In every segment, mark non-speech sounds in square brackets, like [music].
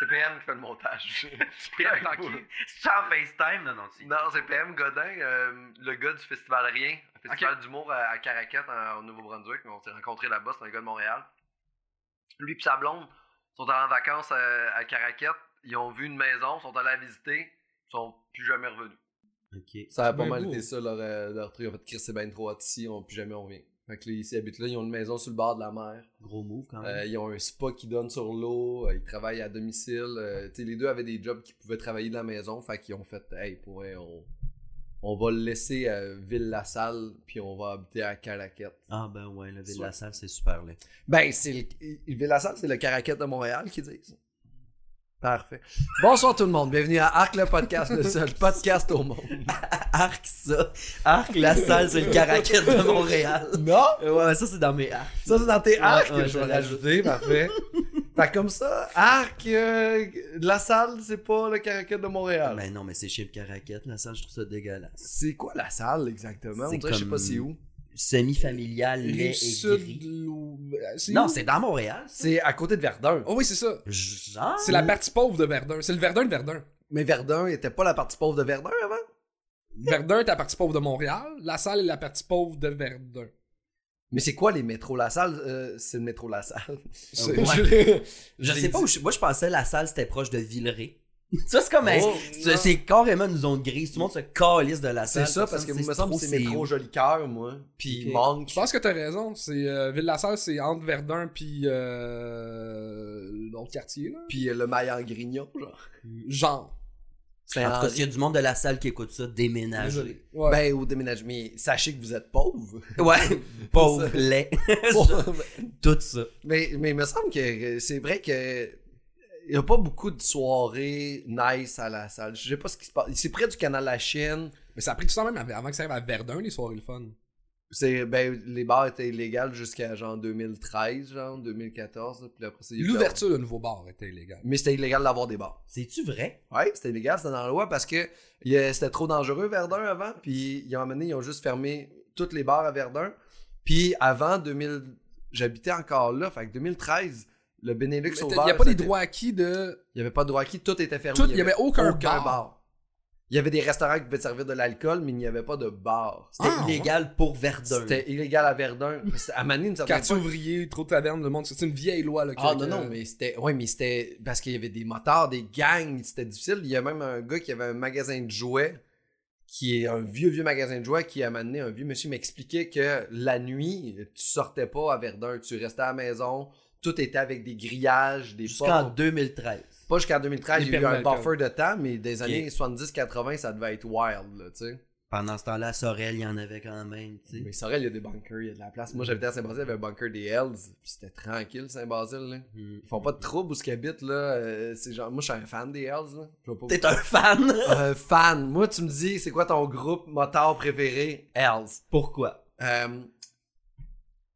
C'est PM qui fait le montage. [laughs] PM tranquille. C'est en FaceTime, non, non, tu- Non, c'est PM Godin, euh, le gars du Festival Rien, un festival d'humour à, à Caracat, en- au Nouveau-Brunswick. On s'est rencontrés là-bas, c'est un gars de Montréal. Lui et sa blonde sont allés en vacances euh, à, à Caracat. Ils ont vu une maison, sont allés la visiter, ils sont plus jamais revenus. Ok. Ça a C'est pas bien mal beau. été ça, leur, euh, leur truc. En fait, Chris, c'est bien trop hot ici, on, plus jamais on revient. Fait que là, ils habitent là, ils ont une maison sur le bord de la mer. Gros move quand même. Euh, ils ont un spa qui donne sur l'eau, euh, ils travaillent à domicile. euh, tu sais, les deux avaient des jobs qui pouvaient travailler de la maison, fait qu'ils ont fait Hey, pour vrai, on, on va le laisser à Ville-la-Salle, puis on va habiter à Caraquette. Ah ben ouais, le Soit- Ville de la Salle, c'est super laid. Ben, c'est le... Ville-la-Salle, c'est le Caraquette de Montréal qui disent. Parfait. Bonsoir tout le monde, bienvenue à Arc le podcast, le [laughs] seul podcast au monde. Arc ça. Arc la Salle, c'est le Caracal de Montréal. Non! Euh, Ouais, ça c'est dans mes arcs. Ça, c'est dans tes arcs ouais, que Ah, je je vais [laughs] l'ai rajouter, parfait. Fait que comme ça, arc, euh, la salle, c'est pas le caracat de Montréal. Ben non, mais c'est chez le Caraquette, la Salle, je trouve ça dégueulasse. C'est quoi la salle exactement? C'est On dirait, je sais pas comme- c'est où. Semi-familial, laid et gris. ben, C'est Non, où? c'est dans Montréal. ça. C'est à côté de Verdun. Oh oui, c'est ça. Genre. C'est Ah. la partie pauvre de Verdun. C'est le Verdun de Verdun. Mais Verdun était pas la partie pauvre de Verdun avant? Verdun est la partie pauvre de Montréal. La salle est la partie pauvre de Verdun. Mais c'est quoi les métros la salle? Euh, c'est le métro la [laughs] salle. Ah, C'est- ouais. je- Je Je sais l'ai pas dit. où je, moi je pensais la salle c'était proche de Villeray. [laughs] ça c'est comme un- Oh, c'est, c'est carrément une zone grise, tout le monde se calisse de la C'est salle. ça, parce que personne me sait semble que trop c'est métro où. joli cœur, moi. Puis Ok. manque. Je pense que t'as raison. C'est euh, Ville-la-Salle, c'est entre Verdun puis euh, l'autre quartier. Là. Puis euh, le maillot en grignon, genre. Genre. C'est En tout cas, s'il y a du monde de la salle qui écoute ça, déménage. Désolé. Ouais. Ben, au déménagement, mais sachez que vous êtes pauvre. Ouais, pauvre lait. [laughs] tout ça. [laughs] Mais, mais il me semble que euh, c'est vrai que il n'y a pas beaucoup de soirées nice à la salle. Je sais pas ce qui se passe. C'est près du canal La Chine. Mais ça a pris tout ça même av- avant que ça arrive à Verdun, les soirées le fun. C'est, ben, les bars étaient illégales jusqu'à genre 2013, genre 2014. là, Puis après, c'est L'ouverture de nouveaux bars était illégale. Mais c'était illégal d'avoir des bars. C'est-tu vrai? Ouais, c'était illégal, c'était dans la loi parce que il y a- c'était trop dangereux Verdun avant. Puis ils ont amené, ils ont juste fermé toutes les bars à Verdun. Puis avant 2000, j'habitais encore là. Fait que 2013, le Benelux Mais au t'as- bar, Il n'y a pas des c'était- droits acquis de. Il n'y avait pas de droit à qui, tout était fermé. Tout- il y avait aucun bar. Il y avait des restaurants qui pouvaient te servir de l'alcool, mais il n'y avait pas de bar. C'était Ah, illégal pour Verdun. C'était illégal à Verdun. Mais c'était- À Mané, une certaine Quartier ouvrier, trop de tavernes, le monde. C'est une vieille loi. Là, Ah que- euh, non, non, mais c'était. Oui, mais c'était. Parce qu'il y avait des motards, des gangs, c'était difficile. Il y a même un gars qui avait un magasin de jouets, qui est un vieux, vieux magasin de jouets, qui a amené un vieux monsieur m'expliquait que la nuit, tu sortais pas à Verdun, tu restais à la maison, tout était avec des grillages, des Jusqu'en portes. 2013. Pas jusqu'en 2013, Les il y a eu permis un d'alcool. buffer de temps, mais des années 70-80, ça devait être wild, là, tu sais. Pendant ce temps-là, à Sorel, il y en avait quand même. tu sais. Mais Sorel, il y a des bunkers, il y a de la place. Moi, j'habitais à Saint-Basile, il y avait un bunker des Hells, puis c'était tranquille, Saint-Basile, là. Hmm. Ils font pas de trouble où ce qu'ils habitent, là. Euh, c'est genre, moi, je suis un fan des Hells, là. Je vais pas vous- T'es un fan? [laughs] Euh, fan. Moi, tu me dis, c'est quoi ton groupe motard préféré? Hells. Pourquoi? Euh,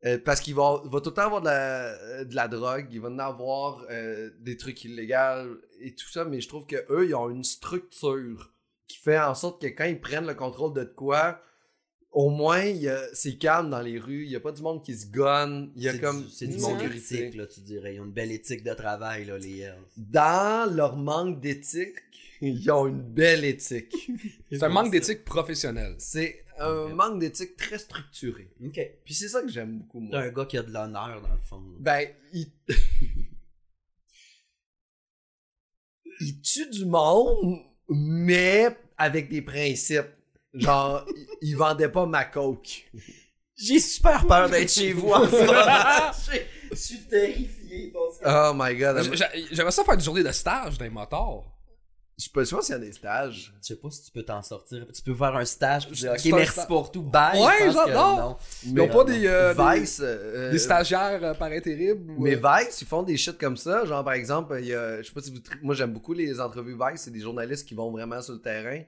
euh, parce qu'il va, il va tout le temps avoir de la, euh, de la drogue, il va en avoir euh, des trucs illégaux et tout ça, mais je trouve que eux ils ont une structure qui fait en sorte que quand ils prennent le contrôle de de quoi, au moins il y a- c'est calme dans les rues, il y a pas du monde qui se gonne, il y a C'est comme du- C'est du une monde sécurité. critique, là, tu dirais. Ils ont une belle éthique de travail, là, les Hells. Dans leur manque d'éthique, ils ont une belle éthique. C'est un manque d'éthique professionnelle. C'est un Ouais. manque d'éthique très structuré. Ok. Puis c'est ça que j'aime beaucoup T'es moi. un gars qui a de l'honneur, dans le fond. là. Ben, il... [laughs] il tue du monde, mais avec des principes. Genre, il- il vendait pas ma coke. J'ai super Ah, peur ben, d'être chez vous en [laughs] ce moment. [laughs] Je- Je suis terrifié. parce que- Oh my god. J- j'a- J'aimerais ça faire une journée de stage d'un motards. Je peux pas s'il y a des stages. Je sais pas si tu peux t'en sortir. Tu peux faire un stage. puis dire, C'est ok, un merci sta- pour tout. Bye. Ouais, Je pense que j'adore. non. Ils ont Mais pas des, euh, des, Vice. euh, des stagiaires euh, paraît terribles. ou, Mais euh, Vice, ils font des shit comme ça. Genre, par exemple, il y a, je sais pas si vous. tri- Moi, j'aime beaucoup les entrevues Vice. C'est des journalistes qui vont vraiment sur le terrain. Puis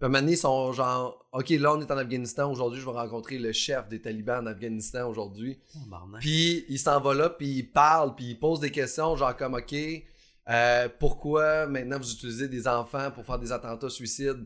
à un moment donné, ils sont genre, OK, là, on est en Afghanistan. Aujourd'hui, je vais rencontrer le chef des talibans en Afghanistan aujourd'hui. Oh, barnac. Puis il s'en va là, puis il parle, puis il pose des questions, genre comme, OK, euh, pourquoi maintenant vous utilisez des enfants pour faire des attentats suicides?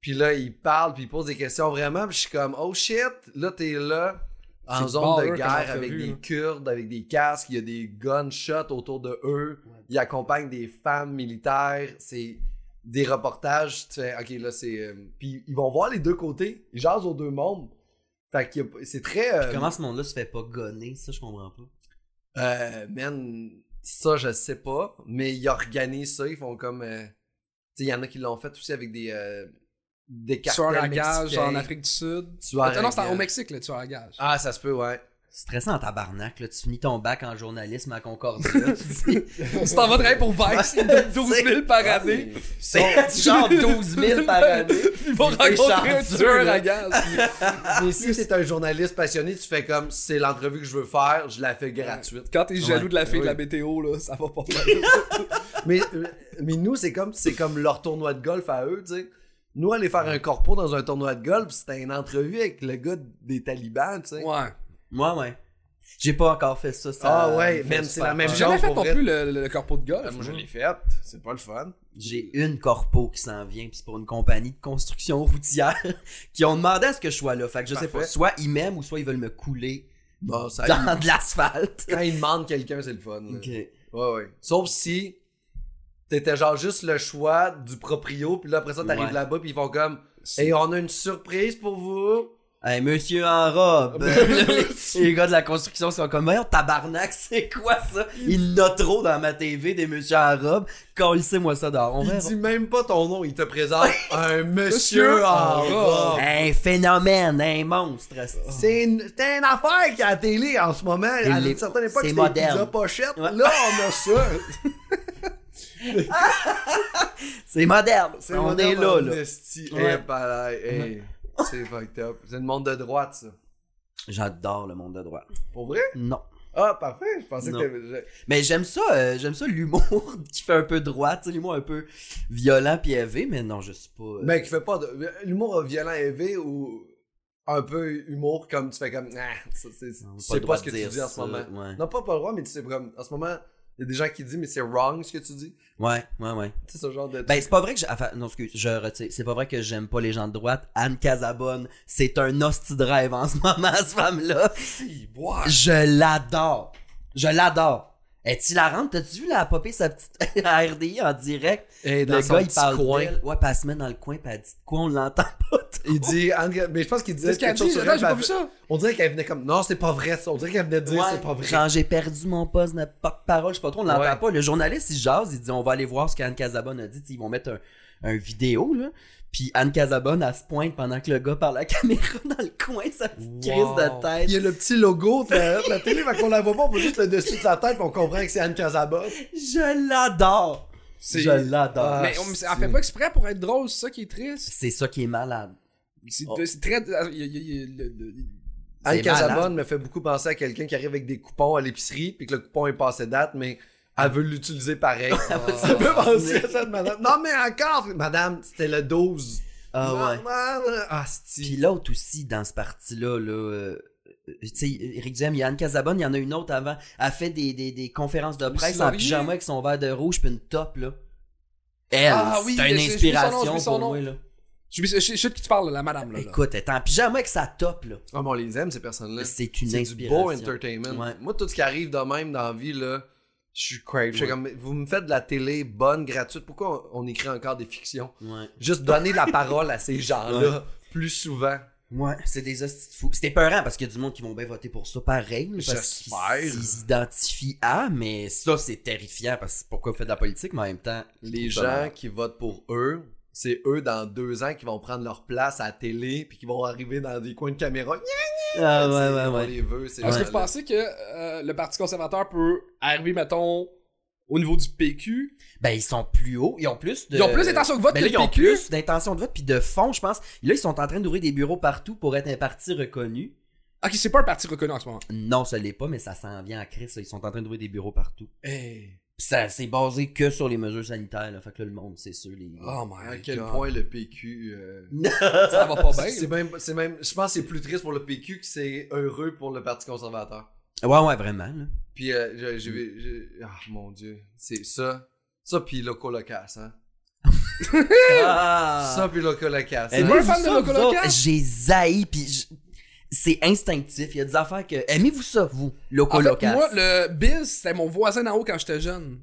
Puis là, il parle, puis il pose des questions vraiment, puis je suis comme, oh shit, là, t'es là, en C'est zone baller de comme guerre entrevue, avec des là. Kurdes, avec des casques, il y a des gunshots autour de eux, ils accompagnent des femmes militaires, c'est des reportages, tu fais, ok là c'est... euh, puis ils vont voir les deux côtés, ils jasent aux deux mondes, fait que c'est très... euh, Comment ce monde-là se fait pas gonner, ça, je comprends pas. euh, man, ça je sais pas, mais ils organisent ça, ils font comme... euh, tu sais, il y en a qui l'ont fait aussi avec des... euh, des Tueur cartels à gage mexicains. en Afrique du Sud. Tueur à Ah, non, c'était gage. au Mexique, le tueur à gage. Ah, ça se peut, ouais. Stressant en tabarnak, là. Tu finis ton bac en journalisme [laughs] à Concordia. tu dis, Tu t'en vas travailler pour Vice, ils donnent 12 000 par Ah, année. c'est genre 12 000 [laughs] par année. Ils vont Des rencontrer un chanceux, tueur là. à gage. Ah, Mais si t'es un journaliste passionné, tu fais comme c'est l'entrevue que je veux faire, je la fais gratuite. Quand t'es jaloux de la fille de la Oui. météo, là, ça va pas. Mais, euh, mais nous, c'est comme c'est comme leur tournoi de golf à eux, tu sais. Nous, aller faire un corpo dans un tournoi de golf, c'était une entrevue avec le gars des talibans, tu sais. Ouais. Moi, ouais. J'ai pas encore fait ça. ça Ah ouais, me man, fait c'est super la même peur. J'ai jamais Genre, fait pour non vrai. Ah, plus le, le corpo de golf. moi. faite, c'est pas le fun. J'ai une corpo qui s'en vient, puis c'est pour une compagnie de construction routière [laughs] qui ont demandé à ce que je sois là. Fait que je sais Parfait. Ah, pas, soit ils m'aiment ou soit ils veulent me couler Bon, ça dans [laughs] de l'asphalte. quand ils demandent quelqu'un, c'est le fun. là. Ok. Ouais, ouais. Sauf si t'étais genre juste le choix du proprio, puis là après ça, t'arrives Ouais. là-bas, puis ils font comme Et on a une surprise pour vous. Hey, monsieur [laughs] en robe! [laughs] les, les gars de la construction sont comme, voyons, tabarnak, [laughs] c'est quoi ça? Il y en a trop dans ma TV des monsieur en robe. Colissez-moi ça dehors, on Il verra. dit même pas ton nom, il te [laughs] présente un monsieur en robe. Un phénomène, un monstre. asti. C'est une, c'était une affaire qui a la télé en ce moment. C'est À les- une certaine époque, c'est c'était moderne. pizza pochette. Ouais. Là, on a [laughs] ça. C'est moderne. C'est on moderne est là, en là. esti. Ouais. Eh, palais, eh, C'est fucked up. C'est le monde de droite, ça. J'adore le monde de droit. Pour vrai? Non. Ah, parfait. Je pensais Non. que t'avais... Mais j'aime ça, euh, j'aime ça l'humour [laughs] qui fait un peu droit, tu sais, l'humour un peu violent puis élevé, mais non, je sais pas. euh, Mais Ben, qui fait pas de... L'humour violent élevé ou un peu humour comme tu fais comme... Ah, ça, c'est, on a tu le sais droit pas ce que de tu dire dis en ce ça, moment. Ouais. Non, pas pas le droit, mais tu sais comme... En ce moment, il y a des gens qui disent mais c'est wrong ce que tu dis. ouais, ouais, ouais. Tu sais, ce genre de... Ben, c'est pas vrai que. j'ai- Enfin, non, excuse, je retire. C'est pas vrai que j'aime pas les gens de droite. Anne Casabonne, c'est un hostie de rêve en ce moment, [laughs] cette femme-là. Je l'adore. Je l'adore. Est-ce hilarante? T'as-tu vu la popper sa petite [laughs] à RDI en direct? Et le gars, il parle d'elle. Ouais, pas elle se met dans le coin, pas elle dit de quoi, on l'entend pas trop. Il dit, Andrea- mais je pense qu'il disait C'est ce qu'elle quelque chose dit, sur attends, elle, j'ai pas puis vu ça. elle- On dirait qu'elle venait comme, non, c'est pas vrai ça. On dirait qu'elle venait de dire, Ouais, c'est pas vrai. Genre, j'ai perdu mon poste de porte-parole, je sais pas trop, on l'entend Ouais. pas. Le journaliste, il jase, il dit on va aller voir ce qu'Anne Casabonne a dit. Tu sais, Ils vont mettre un, un vidéo, là. Puis Anne Casabonne, elle se pointe pendant que le gars parle à la [laughs] caméra dans le coin, sa petite crise de tête. Il y a le petit logo de la, de la télé, mais qu'on la voit pas, on voit juste le dessus de sa tête, puis on comprend que c'est Anne Casabot. Je l'adore. C'est- Je l'adore. Mais on mais elle fait pas exprès pour être drôle, c'est ça qui est triste. C'est ça qui est malade. C'est Oh. c'est très. euh, il y a- il y a- il y a le- le- Anne C'est Casabonne me fait beaucoup penser à quelqu'un qui arrive avec des coupons à l'épicerie, puis que le coupon est passé date, mais elle veut l'utiliser pareil. Ah, [laughs] Ça Ah. peut penser à ça de madame. Non, mais encore, madame, c'était le 12. Ah ouais. Maman, Ah, Puis c'est l'autre aussi, dans ce parti-là, là, euh, euh, tu sais, Eric Duhem, il y a Anne Casabonne, il y en a une autre avant. Elle fait des, des, des conférences de presse en Laurier. pyjama avec son verre de rouge puis une top, là. Elle, Ah oui, c'est une je- je- je lis son nom, inspiration je lis son pour nom. moi, là. Je je- je sais de qui tu parles, la madame, là. là. Écoute, elle est en pyjama avec sa top, là. Ah, mais on les aime, ces personnes-là. C'est une C'est inspiration. du beau entertainment. Ouais. Moi, tout ce qui arrive de même dans la vie, là, je suis crave. Je suis Ouais. comme, vous me faites de la télé bonne, gratuite. Pourquoi on, on écrit encore des fictions Ouais. Juste donner la parole à [laughs] ces gens-là plus souvent. Ouais, c'est des hosties de fous. C'était peurant parce qu'il y a du monde qui vont bien voter pour ça, pareil. là, Parce qu'ils J'espère. s- ils s'identifient à, mais ça, c'est terrifiant parce que pourquoi on fait de la politique, mais en même temps. je Les trouve ça gens malade. qui votent pour eux, c'est eux dans deux ans qui vont prendre leur place à la télé puis qui vont arriver dans des coins de caméra. Ah C'est- ouais, On ouais, ouais. les veut, c'est Est-ce que vrai, vous là. pensez que euh, le Parti conservateur peut arriver, mettons, au niveau du PQ Ben, ils sont plus hauts, ils ont plus de. Ils ont plus d'intention de vote Ben que là, le ils ont PQ. plus d'intention de vote puis de fonds, je pense. Là, ils sont en train d'ouvrir des bureaux partout pour être un parti reconnu. Ok, c'est pas un parti reconnu en ce moment. Non, ça l'est pas, mais ça s'en vient à crise. ça. Ils sont en train d'ouvrir des bureaux partout. Hey. Puis ça, c'est basé que sur les mesures sanitaires. Là. Fait que là, le monde, c'est sûr, les. Oh À my quel god. point le PQ. euh, Ça va pas bien. c'est même, c'est même, je pense que c'est plus triste pour le PQ que c'est heureux pour le Parti conservateur. Ouais, ouais, vraiment. Là. Puis euh, je- Mm. je vais- je- Ah, mon Dieu. C'est ça. Ça, puis Loco Locasse, hein. Ah! Ça, puis Loco hein. Locasse. Êtes-vous Ah. pas un fan de ça, vous Loco Locasse? autres? J'ai zaï, puis je- c'est instinctif. Il y a des affaires que. Aimez-vous ça, vous, loco En fait, local? moi, le Biz, c'était mon voisin d'en haut quand j'étais jeune.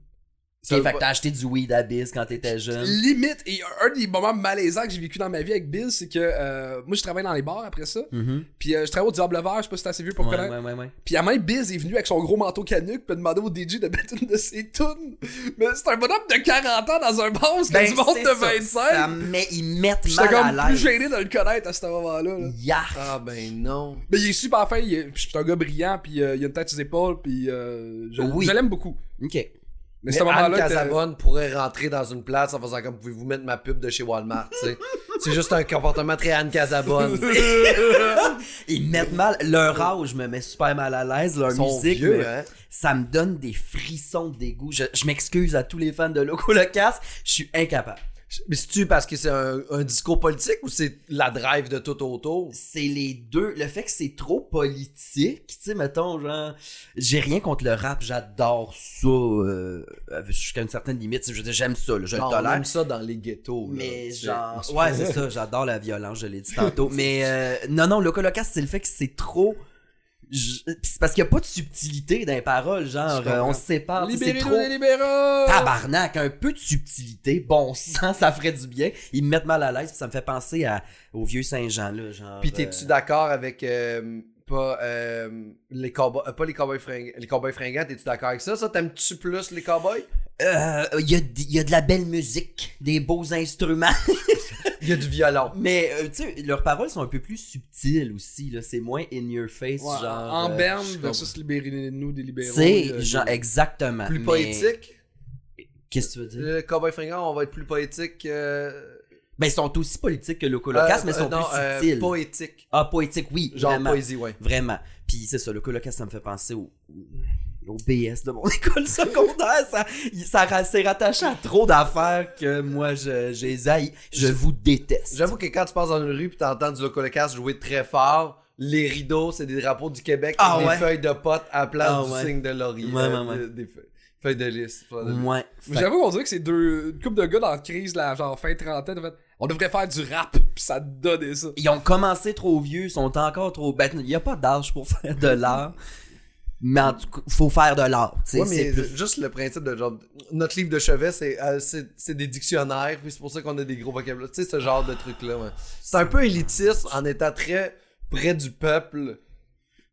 fait que t'as acheté du weed à Biz quand t'étais jeune. Limite, et un des moments malaisants que j'ai vécu dans ma vie avec Biz, c'est que euh, moi, je travaillais dans les bars après ça. Mhm. Puis euh, je travaillais au Diable Vert, je sais pas si t'es assez vieux pour Ouais, connaître. ouais, ouais, ouais. Puis à main, Biz est venu avec son gros manteau canuc, puis demander au DJ de mettre une de ses tunes. Mais c'est un bonhomme de 40 ans dans un bar, où c'était Ben, du monde c'est de ça. 25. Ça met, ils mettent J'étais mal comme à plus l'aise. gêné de le connaître à ce moment-là. là. Yark. Ah ben non. Mais il est super fin, il est, puis c'est un gars brillant, puis euh, il a une tête sur les épaules, puis euh, je, Oui. je l'aime beaucoup. Ok. Mais, Mais ce Anne moment-là, t'as- Casabonne pourrait rentrer dans une place en faisant comme pouvez-vous mettre ma pub de chez Walmart, tu [laughs] sais. C'est juste un comportement très Anne [laughs] Casabonne. Ils mettent mal. Leur âge me met super mal à l'aise. Leur Ils sont musique, vieux, me- hein? ça me donne des frissons de dégoût. Je, je m'excuse à tous les fans de Loco Locas. Je suis incapable. Mais c'est-tu parce que c'est un, un discours politique ou c'est la drive de tout autour? C'est les deux. Le fait que c'est trop politique, tu sais, mettons, genre, j'ai rien contre le rap, j'adore ça, euh, jusqu'à une certaine limite. Je veux dire, j'aime ça, là, je Non, le on tolère. aime ça dans les ghettos. Oh là, Mais tu sais. genre, ouais, c'est ça, j'adore la violence, je l'ai dit [laughs] tantôt. Mais euh, non, non, le colocasse, c'est le fait que c'est trop. je- pis C'est parce qu'il n'y a pas de subtilité dans les paroles, genre, Je comprends. euh, on se sépare, tu sais, c'est Libérez-nous trop. des libéraux! Tabarnak, un peu de subtilité, bon sang, ça ferait du bien. Ils me mettent mal à l'aise, pis ça me fait penser à, au vieux Saint-Jean, là, genre. Puis t'es-tu euh, d'accord avec euh, pas, euh, les cowboys, euh, pas les cowboys fringants, les cowboys fringants, t'es-tu d'accord avec ça? Ça, t'aimes-tu plus les cowboys? Euh, Il y, a, d- il y a de la belle musique, des beaux instruments. [laughs] Il y a du violon. Mais, euh, tu sais, leurs paroles sont un peu plus subtiles aussi, là. C'est moins in your face, Ouais, genre. en euh, berne je versus libérez-nous des Tu libéraux. sais, euh, genre, exactement. Plus mais- poétique? Qu'est-ce que tu veux dire? Le cowboy fringant, on va être plus poétique euh, que... Ben, ils sont aussi politiques que Euh, Locolocast, mais ils sont plus subtils. poétique. ah, poétique, oui. euh, Genre vraiment. poésie, ouais. Vraiment. Puis c'est ça, le colocasse, ça me fait penser au, au BS de mon [laughs] école secondaire. ça il- ça ra- s'est rattaché à trop d'affaires que moi, je, je les haïs. Je vous déteste. J'avoue que quand tu passes dans une rue pis t'entends du locolocast jouer très fort, les rideaux, c'est des drapeaux du Québec Ah et ouais. des feuilles de potes à la place Ah du ouais. signe de laurier. Ouais, euh, ouais, ouais. de- Des feuilles, feuilles de lys. fleurs de lys. Ouais. Mais Fait- j'avoue qu'on dirait que c'est deux une couple de gars dans la crise, là, genre fin trentaine, en fait, on devrait faire du rap, pis ça donnait ça. Ils ont commencé trop vieux, sont encore trop. Ben, il n'y a pas d'âge pour [laughs] faire de l'art. Mais en tout cas, faut faire de l'art. tu sais, Ouais, c'est mais plus- juste le principe de genre. Notre livre de chevet, c'est euh, c'est- c'est des dictionnaires, puis c'est pour ça qu'on a des gros vocabulaires. Tu sais, ce genre de truc-là. ouais. C'est un peu élitiste en étant très près du peuple.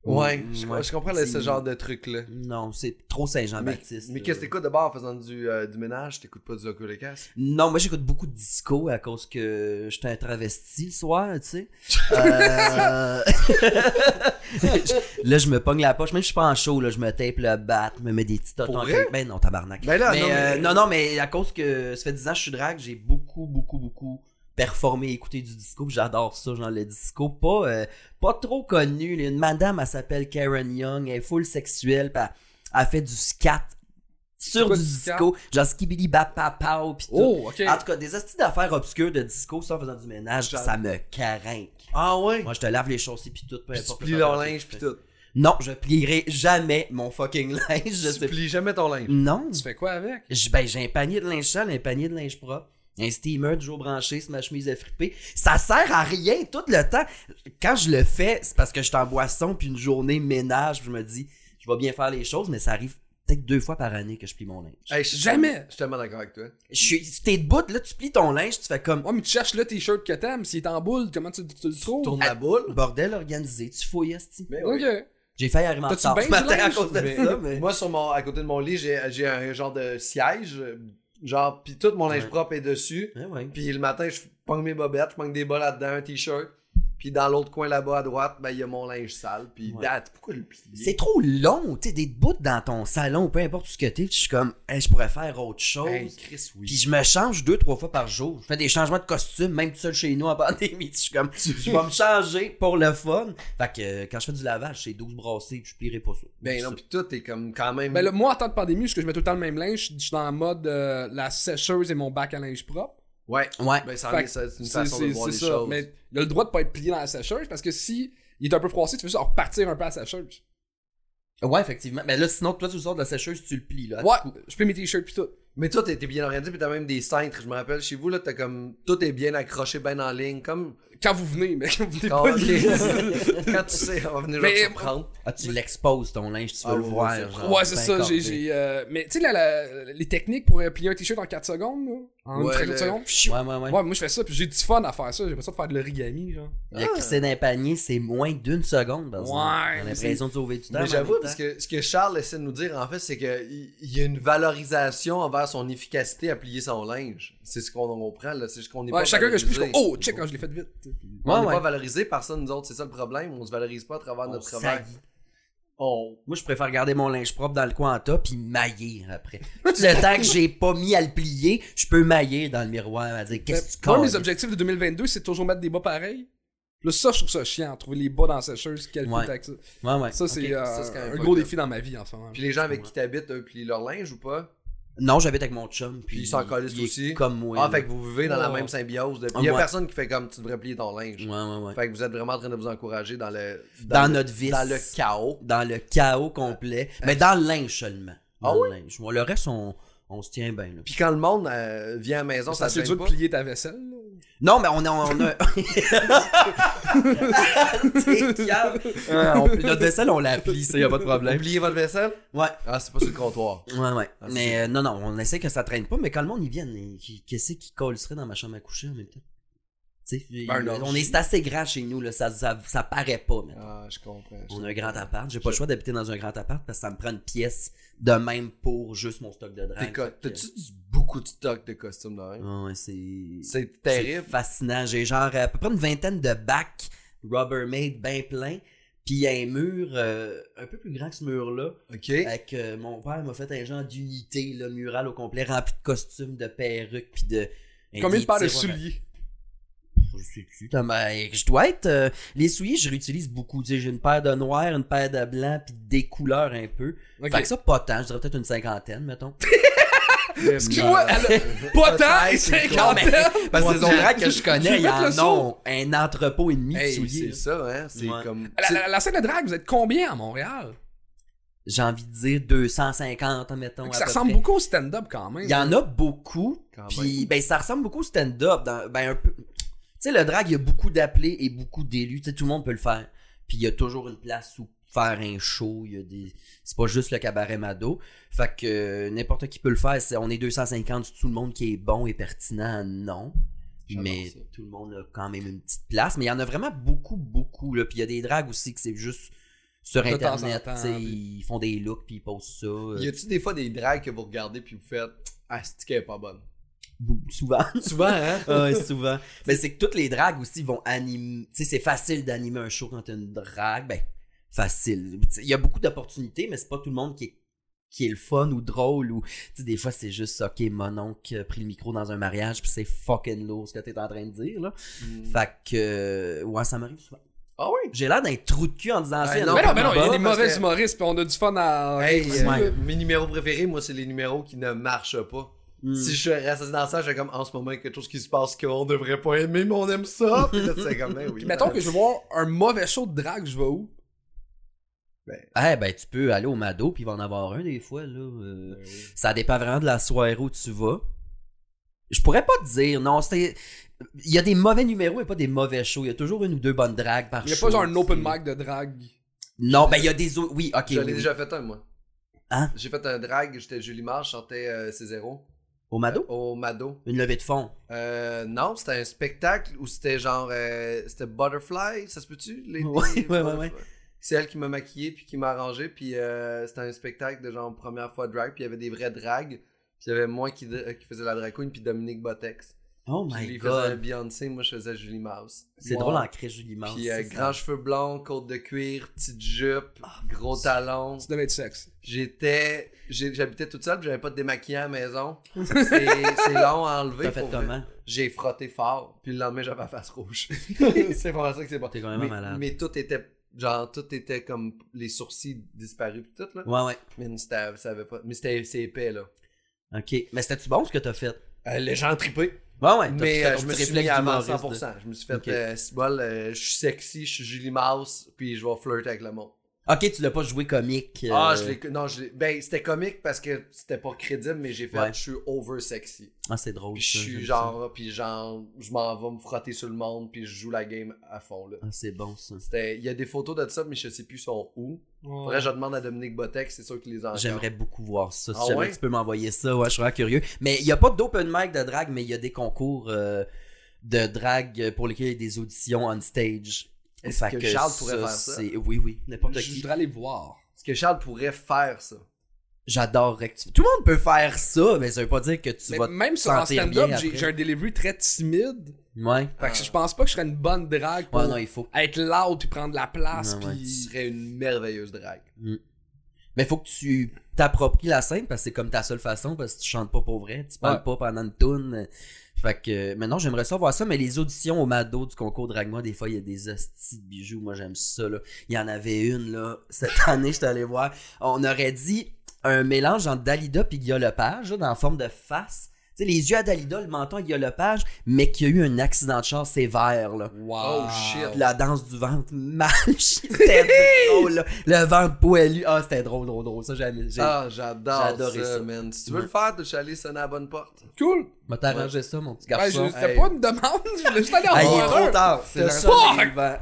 Ouais, Mm, je, ouais. je comprends là, ce C'est- genre de truc-là. Non, c'est trop Mais, Saint-Jean-Baptiste. mais qu'est-ce que euh. t'écoutes d'abord en faisant du, euh, du ménage? T'écoutes pas du locolocast? Non, moi j'écoute beaucoup de disco à cause que j'étais un travesti le soir, tu [laughs] sais. Euh, [laughs] là, je me pogne la poche, même si je suis pas en show, là, je me tape le bat, me mets des petits totons. Pour en vrai? quelque- Ben non, tabarnak. Ben là, mais, non, mais- euh, non, non, mais à cause que ça fait 10 ans que je suis drague, j'ai beaucoup, beaucoup, beaucoup performé, écouté du disco, puis j'adore ça, genre le disco, pas, euh, pas trop connu. là. Une madame, elle s'appelle Karen Young, elle est full sexuelle, puis elle, elle fait du scat sur quoi du du scat? disco, Oh, genre skibidi bap pap pow, puis tout. Oh, ok. En tout cas, des astuces d'affaires obscures de disco, ça en faisant du ménage, J'adore. ça me carinque. Ah ouais? Moi, je te lave les chaussées puis tout, peu Puis tu importe. plies le leur temps que linge tu puis fais. tout. Non, je plierai jamais mon fucking [laughs] linge. Je Tu sais plies jamais ton linge. Non. Tu fais quoi avec? Je- ben, j'ai un panier de linge sale, un panier de linge propre, un steamer toujours branché sur ma chemise effripée. Ça sert à rien tout le temps. Quand je le fais, c'est parce que je suis en boisson puis une journée ménage, puis je me dis, je vais bien faire les choses, mais ça arrive peut-être deux fois par année que je plie mon linge. Hey, je suis Jamais. tellement- Je suis tellement d'accord avec toi. Je suis, si t'es debout, là, tu plies ton linge, tu fais comme, Ouais, mais tu cherches le t-shirt que t'aimes, s'il est en boule, comment tu, tu le trouves? Ah, Tourne la boule. oh, bordel organisé, tu fouilles, esti. Ah, Mais Ok. oui. J'ai failli arriver en T'as-tu retard bien ce du matin à linge? cause de Mais- ça, mais... Moi, sur mon, à côté de mon lit, j'ai j'ai un genre de siège. euh, Genre, pis tout mon linge Ouais. propre est dessus. Eh Ouais, ouais. Puis le matin, je pogne mes bobettes, je pogne des bas là-dedans, un t-shirt. Puis dans l'autre coin là-bas à droite, ben, il y a mon linge sale. Puis Ouais. date, pourquoi le C'est plier? trop long, tu sais, des bouts dans ton salon, peu importe ce que t'es, je suis comme, Hey, je pourrais faire autre chose. Hey, Chris, oui. Puis je me change deux, trois fois par jour. Je fais des changements de costume, même tout seul chez nous en pandémie. [laughs] Je suis comme, je vais me changer pour le fun. Fait que euh, quand je fais du lavage, c'est 12 brassées, puis je plierai pas ça. Ben non, pis tout est comme quand même. Ben là, moi, en temps de pandémie, parce que je mets tout le temps le même linge, je suis dans le mode euh, la sécheuse et mon bac à linge propre. Ouais. Ouais. Ben, ça en Fait est- ça, c'est une C'est façon de c'est- voir c'est les ça. choses. Mais il a le droit de pas être plié dans la sécheuse parce que si il est un peu froissé, tu fais ça repartir un peu à la sécheuse. Ben Ouais, effectivement. Mais là, sinon, toi, tu le sors de la sécheuse, tu le plies, là. Ouais, je peux mes t-shirts pis tout. Mais toi, t'es t'es bien organisé, puis t'as même des cintres. Je me rappelle, chez vous, là, t'as comme. Tout est bien accroché, bien en ligne. Comme. Quand vous venez, mais [laughs] quand vous venez Quand, pas libre. [laughs] quand tu sais, on va venir Mais- te prendre. Ah, tu l'exposes ton linge, tu peux Ah, ben le ouais, voir. c'est- genre, Ouais, c'est bien ça. J'ai, cordé. j'ai, euh, mais tu sais, la- la- les techniques pour euh, plier un t-shirt en 4 secondes, là, en Ouais, 30 le- secondes. Ouais, ouais, ouais. Ouais, moi je fais ça, puis j'ai du fun à faire ça. J'ai l'impression de faire de l'origami, genre. Le crisser d'un panier, c'est moins d'une seconde. par exemple. Ouais, J'ai mais l'impression de sauver du temps. Mais j'avoue, parce que. que ce que Charles essaie de nous dire, en fait, c'est qu'il y a une valorisation envers son efficacité à plier son linge. C'est ce qu'on en comprend, là. C'est ce qu'on est Ouais, pas chacun que je puisse, valorisé. oh, check, quand je l'ai fait vite. On n'est Ouais, ouais. pas valorisé par ça, nous autres. C'est ça le problème. On se valorise pas à travers On notre travail. saillit. On. Moi, je préfère garder mon linge propre dans le coin en tas puis mailler après. le temps que j'ai pas mis à le plier, je peux mailler dans le miroir à dire qu'est-ce que tu Mais un de colles. Ben, mes objectifs de 2022, c'est toujours mettre des bas pareils. Là, ça, je trouve ça chiant, trouver les bas dans la sécheuse, quel Ouais. fout avec ça. Ouais, ouais. Ça, c'est Ok, euh, ça, c'est quand même un fucked gros up. défi dans ma vie en ce moment. Puis les gens avec qui t'habites, eux, plient leur linge ou pas? Non, j'habite avec mon chum. Puis Puis ils s'en calissent il est aussi. Comme moi. ah, là. fait que vous vivez dans la Oh. même symbiose. de- Il y a Ah, Ouais. personne qui fait comme tu devrais plier ton linge. Ouais, ouais, ouais. Fait que vous êtes vraiment en train de vous encourager dans le. Dans, le- notre vie. Dans le chaos. dans le chaos complet, mais dans le linge seulement. Dans Ah le linge. Moi, le reste, on, on se tient bien. là. Puis quand le monde euh, vient à la maison, ça, ça, c'est se dur gêne de pas. plier ta vaisselle. là. Non, mais on a. On [laughs] a... Ah, T'es calme. Hein, on- notre vaisselle, on la plie, ça, y a pas de problème. Oubliez votre vaisselle? Ouais. Ah, c'est pas sur le comptoir. Ouais, ouais. Ah, mais euh, non, non, on essaie que ça traîne pas, mais quand le monde y vient, il- qui- qu'est-ce qui collerait dans ma chambre à coucher en même temps? Tu sais, il- Ben, non, on est c'est assez grand chez nous, là, ça, ça, ça paraît pas, mais Ah, je comprends. On a un grand appart. J'ai pas le choix d'habiter dans un grand appart parce que ça me prend une pièce de même pour juste mon stock de T'es drague. co- Fait que- T'as-tu du- beaucoup de stock de costumes de linge? Ouais, ouais, c'est. C'est C'est terrible. fascinant. J'ai genre euh, à peu près une vingtaine de bacs Rubbermaid bien plein. Puis il y a un mur euh, un peu plus grand que ce mur-là. Ok. Avec euh, mon père m'a fait un genre d'unité là, murale au complet, rempli de costumes, de perruques, puis de. Combien des de paires de tiroirs à- souliers Je sais-tu, dans ma- Je dois être. euh, les souliers, je réutilise beaucoup. Tu sais, J'ai une paire de noir, une paire de blanc, puis des couleurs un peu. Ok. Fait que ça, pas tant. Je dirais peut-être une cinquantaine, [laughs] mettons. Excuse-moi, [laughs] elle a pas tant et Peut-être, c'est cinquantaine. Parce que Ouais, les endroits que je connais, Tu il y veux mettre en le saut? a un entrepôt et demi de Hey, souliers. c'est là. ça, hein? C'est Ouais. comme. La, la- la scène de drague, vous êtes combien à Montréal j'ai envie de dire 250, mettons. à Ça peu ressemble près. beaucoup au stand-up quand même. Il y en a beaucoup, Quand Ah puis ben, ça ressemble beaucoup au stand-up. dans- Ben, un peu... Tu sais, le drag, il y a beaucoup d'appelés et beaucoup d'élus. Tu sais, tout le monde peut le faire. Puis il y a toujours une place où faire un show. Il y a des... C'est pas juste le cabaret Mado. Fait que euh, n'importe qui peut le faire. C'est- On est 250, tout le monde qui est bon et pertinent, non. J'adore Mais ça. tout le monde a quand même une petite place. Mais il y en a vraiment beaucoup, beaucoup. Là. Puis il y a des drags aussi que c'est juste sur De temps en Internet. temps, tu sais, puis- Ils font des looks, puis ils posent ça. euh, Y a-tu des fois des drags que vous regardez puis vous faites Ah, c'est qu'elle est pas bonne? bou- euh, souvent. Souvent, [laughs] hein? Ah Ouais, souvent. Mais c'est que toutes les dragues aussi vont animer. Tu sais, c'est facile d'animer un show quand t'as une drague. Ben, facile. Tu sais, Il y a beaucoup d'opportunités, mais c'est pas tout le monde qui est, qui est le fun ou drôle. ou Tu sais, des fois, c'est juste, OK, mon oncle a pris le micro dans un mariage, puis c'est fucking lourd ce que t'es en train de dire, là. Fait que, euh, ouais, ça m'arrive souvent. Ah oui? J'ai l'air d'un trou de cul en disant ça. Hey, là, mais Ben non, mais non, il y a là-bas. des parce mauvais que- humoristes, puis on a du fun à. Hey, Ouais. euh, mes numéros préférés, moi, c'est les numéros qui ne marchent pas. Mm. Hmm. Si je reste dans ça, j'ai comme en ce moment, il y a quelque chose qui se passe qu'on devrait pas aimer, mais on aime ça. Puis là, c'est comme, Ben oui. Puis mettons que je veux voir un mauvais show de drague, je vais où Eh ben, tu peux aller au Mado, puis il va en avoir un des fois, là. euh, Ben oui. Ça dépend vraiment de la soirée où tu vas. Je pourrais pas te dire, non, c'était. Il y a des mauvais numéros et pas des mauvais shows. Il y a toujours une ou deux bonnes dragues par Il n'y a show, pas genre un open tu sais. mic de drague. Non, ben il y a des autres. Oui, ok. J'en ai oui, oui. déjà fait un, moi. Hein? J'ai fait un drag, j'étais Julie Marsh, je chantais euh, C0 Au Mado Oh. au Mado. Une levée de fond. Euh, non, c'était un spectacle où c'était genre. euh, c'était Butterfly, ça se peut-tu? Les, Ouais, les- ouais, ouais, Butterfly. ouais. C'est elle qui m'a maquillé puis qui m'a arrangé. Puis euh, c'était un spectacle de genre première fois drag. Puis il y avait des vrais drags. Puis il y avait moi qui, euh, qui faisais la drag queen puis Dominique Botex. Oh Puis my lui faisait god. Beyoncé, moi je faisais Julie Mouse. C'est drôle en crèche Julie Mars. Puis euh, c'est ça. Ah, grands cheveux blonds, côte de cuir, petite jupe, gros talons. Ça devait être sexe. J'étais. j'ai- J'habitais toute seule puis j'avais pas de démaquillant à la [laughs] maison. C'est c'est long à enlever. T'as fait pour vrai comment j'ai frotté fort, puis le lendemain j'avais la face [laughs] rouge. c'est pour ça que c'est bon. T'es quand même mais, malade. mais tout était genre tout était comme les sourcils disparus puis tout là. Ouais, ouais. Mais c'était ça avait pas mais c'était c'est épais là. Ok. Mais c'était-tu bon ce que t'as fait Euh, les gens tripaient. Ouais, ouais. Ah, t'as- mais t'as euh, ton je me petit suis mis réflexe avant d'humoriste, 100%. Je me suis fait Ok. euh, c'est bon, euh, je suis sexy, je suis Julie Mouse, puis je vais flirter avec le monde. là. Ok, tu l'as pas joué comique. euh, Ah, je l'ai. Non, je l'ai- Ben, c'était comique parce que c'était pas crédible, mais j'ai fait. Ouais. Je suis over sexy. Ah, c'est drôle. Puis je ça, j'aime suis ça. genre. Puis genre, je m'en vais me frotter sur le monde. Puis je joue la game à fond, là. Ah, c'est bon ça. C'était. Il y a des photos de ça, mais je sais plus sont où. Faudrait que je demande à Dominique Botex, c'est sûr qu'il les a. encore. J'aimerais beaucoup voir ça. Si Ah jamais ouais? tu peux m'envoyer ça, ouais, je serais curieux. Mais il n'y a pas d'open mic de drague, mais il y a des concours euh, de drague pour lesquels il y a des auditions on stage. Est-ce Fait que Charles pourrait faire ça? c'est- Oui, oui, n'importe Je qui. voudrais aller voir. Est-ce que Charles pourrait faire ça? J'adorerais que tu... Tout le monde peut faire ça, mais ça veut pas dire que tu Mais vas... même te sur un sentir stand-up, bien j'ai après. j'ai un delivery très timide. Ouais. Fait Ah. que je pense pas que je serais une bonne drague pour Ouais, Ah non, il faut... être loud puis prendre la place. Ouais, ouais. Il puis... serait une merveilleuse drague. Mais faut que tu t'appropries la scène parce que c'est comme ta seule façon parce que tu chantes pas pour vrai, tu parles Ouais. pas pendant une tune. Fait que maintenant j'aimerais ça voir ça, mais les auditions au Mado du concours Dragma, des fois il y a des hosties de bijoux, moi j'aime ça là. Il y en avait une là, [laughs] cette année j'étais allé voir. On aurait dit un mélange entre Dalida puis Guillaume Lepage là, dans la forme de face. Tu sais, les yeux à Dalida, le menton à Guillaume Lepage, mais qu'il y a eu un accident de char sévère là. Wow. Oh, Puis shit. La danse du ventre mal [laughs] C'était drôle, là. Le ventre poilu. Ah, c'était drôle, drôle, drôle. Ça, j'ai aimé. J'ai... Ah, j'adore ça, j'ai adoré ça. man. Si tu veux Ouais. le faire, tu allé sonner à la bonne porte. Cool. M'a t'arrangé ça, mon petit Ouais, garçon. je- C'était hey. pas une demande, [laughs] je voulais juste aller en Ah, il est voir trop un. tard. C'est T'as le sonné. survivant.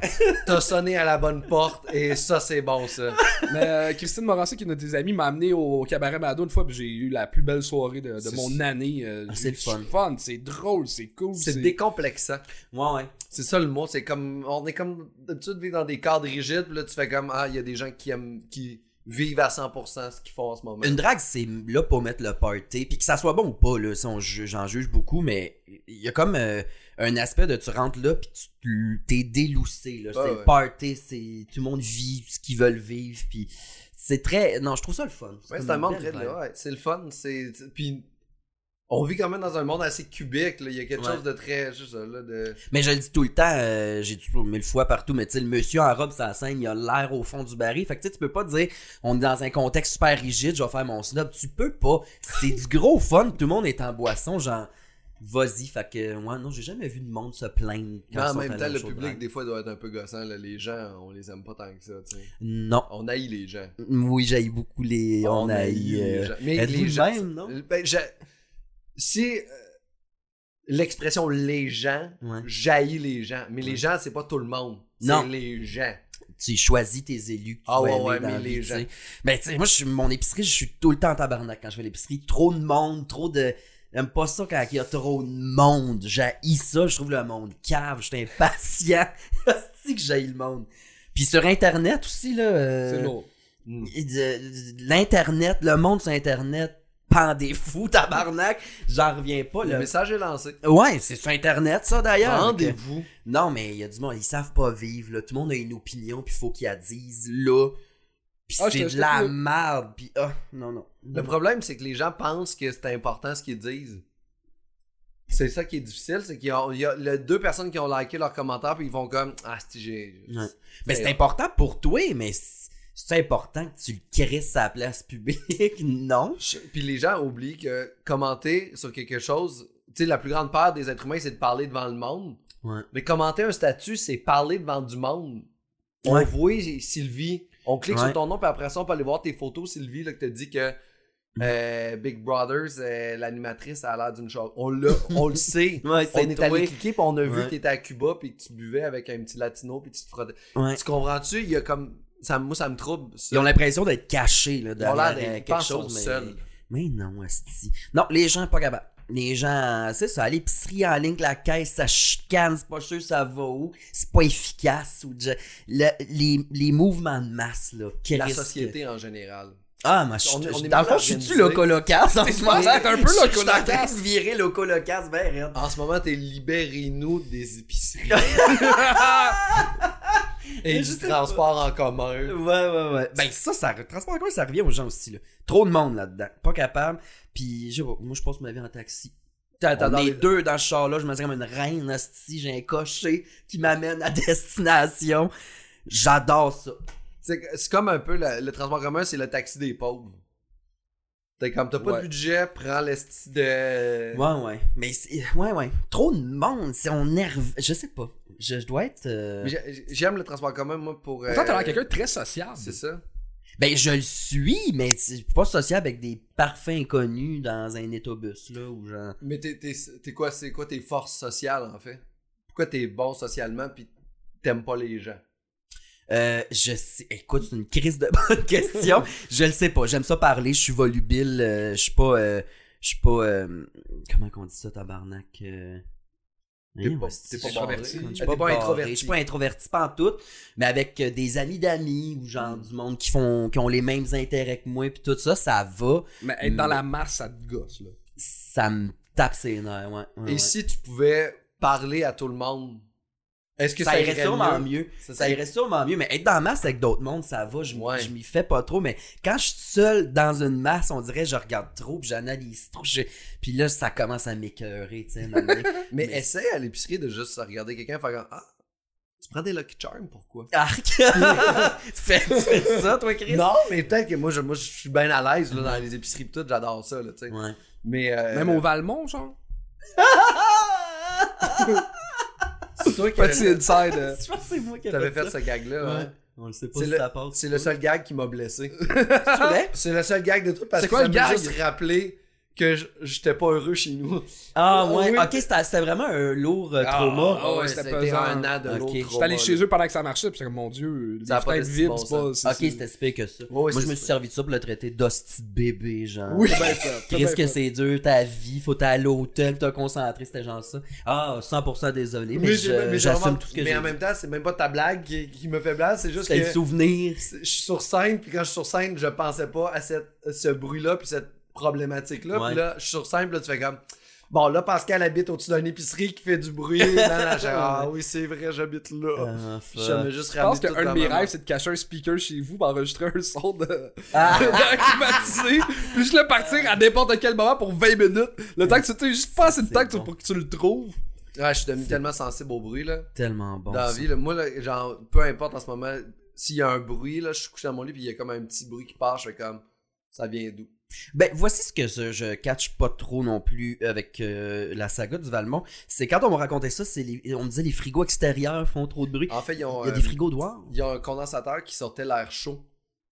T'as sonné à la bonne porte et ça, c'est bon, ça. Mais euh, Christine Morancé, qui est notre des amis, m'a amené au cabaret Mado une fois, puis j'ai eu la plus belle soirée de, de C'est- mon année. euh, Ah, j'ai c'est eu le du fun. c'est drôle, c'est cool. C'est décomplexant. Ouais, ouais. C'est ça le mot. C'est comme. On est comme. D'habitude, vivre dans des cadres rigides. Puis là, tu fais comme. Ah, il y a des gens qui aiment. Qui vivent à 100% ce qu'ils font en ce moment. Une drague, c'est là pour mettre le party. Puis que ça soit bon ou pas, là, ça, on juge- j'en juge beaucoup, mais il y a comme euh, un aspect de tu rentres là, puis tu- tu t'es déloussé. Là. Ah, c'est ouais. le party, c'est tout le monde vit ce qu'ils veulent vivre. Puis c'est très. Non, je trouve ça le fun. Ouais, c'est comme un une monde belle très. vibe. ouais, c'est le fun. C'est. c'est- Puis. On vit quand même dans un monde assez cubique. là. Il y a quelque Ouais. chose de très. Je sais, là, de. Mais je le dis tout le temps, euh, j'ai dit toujours mille fois partout, mais tu sais, le monsieur en robe, ça scène, il a l'air au fond du baril. Fait que tu sais, tu peux pas dire, on est dans un contexte super rigide, je vais faire mon snob. Tu peux pas. C'est du gros fun, tout le monde est en boisson, genre, vas-y. Fait que, moi, non, j'ai jamais vu de monde se plaindre. Mais quand ils en sont même allés temps, au le show de public, drag. des fois, doit être un peu gossant. là. Les gens, on les aime pas tant que ça. tu sais. Non. On haït les gens. Oui, j'aille beaucoup les. On, a haït les gens. Mais êtes-vous les de gens. même, non? Ben, j'ai- Si euh, l'expression les gens Ouais. jaillit les gens, mais les gens, c'est pas tout le monde. Non. C'est les gens. tu choisis tes élus que tu Ah vas ouais, aimer ouais, dans mais la les vie, tu gens. sais. Ben, tu sais, moi, je suis, mon épicerie, je suis tout le temps en tabarnak quand je fais l'épicerie. Trop de monde, trop de... J'aime pas ça quand il y a trop de monde. J'haïs ça, je trouve le monde cave, je suis impatient. [laughs] cest que j'haïs le monde? Puis sur Internet aussi, là... euh, C'est lourd. Hmm. et de- de- de L'Internet, le monde sur Internet, pendez fous, [laughs] tabarnak. J'en reviens pas, Le là. message est lancé. Ouais, c'est sur Internet, ça, d'ailleurs. Rendez-vous. Non, mais il y a du monde, ils savent pas vivre, là. Tout le monde a une opinion, puis faut qu'ils la disent, là. Puis Ah, je c'est te- je de te la fais- merde, puis ah, non, non. Le problème, c'est que les gens pensent que c'est important ce qu'ils disent. C'est ça qui est difficile, c'est qu'il y a, il y a le- deux personnes qui ont liké leurs commentaires puis ils vont comme Ah, si j'ai. Ouais. Mais c'est c'est- important pour toi, mais c'est c'est important que tu le crisses à la place publique, [laughs] non? Je- Puis les gens oublient que commenter sur quelque chose, tu sais, la plus grande peur des êtres humains, c'est de parler devant le monde. Ouais. Mais commenter un statut, c'est parler devant du monde. On Ouais. voit Sylvie, on clique Ouais. sur ton nom, puis après ça, on peut aller voir tes photos, Sylvie, là, que t'as dit que Mm. euh, Big Brothers, euh, l'animatrice, a l'air d'une chose. On l'a, on le [laughs] sait. Ouais, On est allé cliquer, puis on a vu Ouais. que t'étais à Cuba, puis que tu buvais avec un petit latino, puis tu te frottais. Ouais. Tu comprends-tu? Il y a comme. Ça, moi, ça me trouble. ça. Ils ont l'impression d'être cachés, là, Ils ont l'air derrière d'être- euh, ils quelque pensent chose, mais... qu'ils sont seuls. Mais non, esti. Non, les gens, pas capables. Les gens, c'est ça, à l'épicerie en ligne, la caisse, ça chicane, c'est pas sûr ça va où, c'est pas efficace. Ou déjà- le- les, les mouvements de masse, là, La qu'est-ce que- société en général. Ah, moi, je On est- on suis. est Dans le fond, mal je suis-tu organisé. locolocasse? en T'es- ce moment? t'es un Je peu suis- locolocasse. Je suis en train de virer locolocasse, ben, raide. En ce moment, t'es libérez-nous des [laughs] épiceries et Je du sais transport en commun. Ouais, ouais, ouais. Ben, ça, ça, le transport en commun, ça revient aux gens aussi, là. Trop de monde là-dedans. Pas capable. Puis, je sais pas, moi, je passe ma vie en taxi. T'as- t'as On dans est les- deux dans ce char-là, je me sens comme une reine, hostie, j'ai un cocher qui m'amène à [laughs] destination. J'adore ça. Euh, C'est c'est comme un peu la- le transport en commun, c'est le taxi des pauvres. T'es comme, t'as pas Ouais. de budget, prends l'esti de. Ouais, ouais. Mais c'est- ouais, ouais. Trop de monde, c'est on nerve. Je sais pas. Je, je dois être. euh, Mais j'ai- J'aime le transport commun, moi, pour. Pourtant, t'as euh, l'air quelqu'un de très sociable. C'est ça. Ben, je le suis, mais je suis pas sociable avec des parfaits inconnus dans un étobus, là, ou genre. Mais t'es t'es- t'es quoi, c'est quoi tes forces sociales, en fait? Pourquoi t'es bon socialement, puis t'aimes pas les gens? Euh, je sais. Écoute, c'est une crise de bonne [laughs] question. je le sais pas. J'aime ça parler. Je suis volubile. euh, je suis pas. euh, je suis pas. euh, comment qu'on dit ça, tabarnak? euh, T'es hein, pas- ouais, t'es pas je suis barré. Je suis T'es pas, pas barré. introverti. Je suis pas introverti pas en tout, mais avec euh, des amis d'amis ou genre Mm. du monde qui font qui ont les mêmes intérêts que moi puis tout ça, ça va. Mais être Mm. dans la masse, ça te gosse, là. Ça me tape ses nerfs, ouais. ouais, Et Ah ouais. si tu pouvais parler à tout le monde, est-ce que ça, ça irait sûrement mieux. Ça, Ça irait sûrement mieux, mais être dans la masse avec d'autres mondes, ça va, je m- Ouais. je m'y fais pas trop, mais quand je suis seul dans une masse, on dirait je regarde trop, puis j'analyse trop, je- puis là, ça commence à m'écœurer, tu sais, à un moment [laughs] donné. Mais, Mais- essaie à l'épicerie de juste regarder quelqu'un et faire comme, Ah, tu prends des Lucky Charms, pourquoi? Arc! [laughs] tu, fais, tu fais ça, toi, Chris? Non, mais peut-être que moi, je, moi, je suis bien à l'aise là, dans les épiceries pis tout, j'adore ça, là, tu sais. Ouais. Mais euh, Même [laughs] au Valmont, genre. Ah! c'est toi qui Petit avais inside. euh. Je pense que c'est moi qui ai t'avais fait fait ce gag-là. euh, Ouais. hein. On le sait pas C'est si le- ça passe. [laughs] C'est le seul gag qui m'a blessé. C'est vrai? Ah! c'est le seul gag de tout parce C'est que quoi ça le m'a gag? juste rappelé que je- j'étais pas heureux chez nous. Ah, Ah, ouais. oui. Ok, c'était c'était vraiment un lourd euh, trauma. ah ouais, c'était c'était pesant. un an de Ok. l'autre. J'étais J'étais allé chez eux pendant que ça marchait, pis j'étais comme, mon dieu, Ça a les pas fenêtres de si vides, bon c'est sens. pas. ok, c'est- c'était spé que ça. Ouais, ouais, moi, je c'est me suis ça. servi de ça pour le traiter d'hostie de bébé, genre. [laughs] Oui, c'est bien fait, c'est Chris, bien que fait. c'est dur, ta vie, faut aller à l'hôtel, t'as concentré, c'était genre ça. Ah, 100% désolé, mais, j'ai- je- j'ai j'assume vraiment- tout ce que mais j'ai en dit. même temps, c'est même pas ta blague qui, qui me fait blague, c'est juste C'était que le souvenir. je suis sur scène, puis quand je suis sur scène, je pensais pas à cette, ce bruit-là, puis cette problématique-là. Ouais. Puis là, je suis sur scène, puis là, tu fais comme. Bon, là, Pascal habite au-dessus d'une épicerie qui fait du bruit. [laughs] Nan, nan, j'ai- ah oui, c'est vrai, j'habite là. Ah, Puis ça m'a fuck. juste Je pense ramené tout qu'un de dans mes ma- rêves, c'est de cacher un speaker chez vous pour enregistrer un son [laughs] de. Ah, climatisé, puis juste le partir à n'importe quel moment pour 20 minutes. Le temps que tu t'es juste pas assez de C'est temps que tu- bon. pour que tu le trouves. Ouais, je suis devenu tellement sensible au bruit, là. tellement bon. dans la ça. vie, là. Moi, là, genre, peu importe en ce moment, s'il y a un bruit, là, je suis couché dans mon lit, puis il y a comme un petit bruit qui part, je fais comme. Ça vient d'où? Ben, voici ce que je, je catch pas trop non plus avec euh, la saga du Valmont. C'est quand on me racontait ça, c'est les- on me disait les frigos extérieurs font trop de bruit. En fait, ils ont. Il y a euh, des frigos dehors. il y a un condensateur qui sortait l'air chaud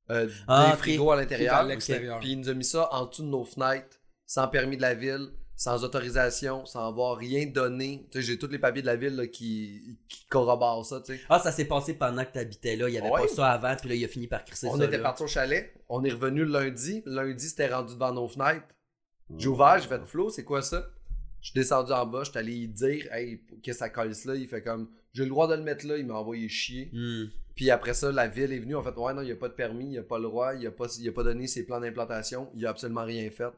euh, Ah, des ok. frigos à Vers l'intérieur. l'extérieur. Puis il nous a mis ça en dessous de nos fenêtres, sans permis de la ville, sans autorisation, sans avoir rien donné. Tu sais, j'ai tous les papiers de la ville là, qui, qui corroborent ça, tu sais. Ah, ça s'est passé pendant que t'habitais là. Il y avait Ah Ouais. pas ça avant, puis là, il a fini par crisser On ça. était là. parti au chalet, on est revenu le lundi. Lundi, c'était rendu devant nos fenêtres. Mmh. J'ai ouvert, j'ai fait Flo, c'est quoi ça? Je suis descendu en bas, je suis allé y dire, hey, que ça colle là. Il fait comme, j'ai le droit de le mettre là. Il m'a envoyé chier. Hmm. Puis après ça, la ville est venue, en fait, ouais, non, il n'y a pas de permis, il n'y a pas le droit, il n'y a, pas- il a pas donné ses plans d'implantation, il a absolument rien fait.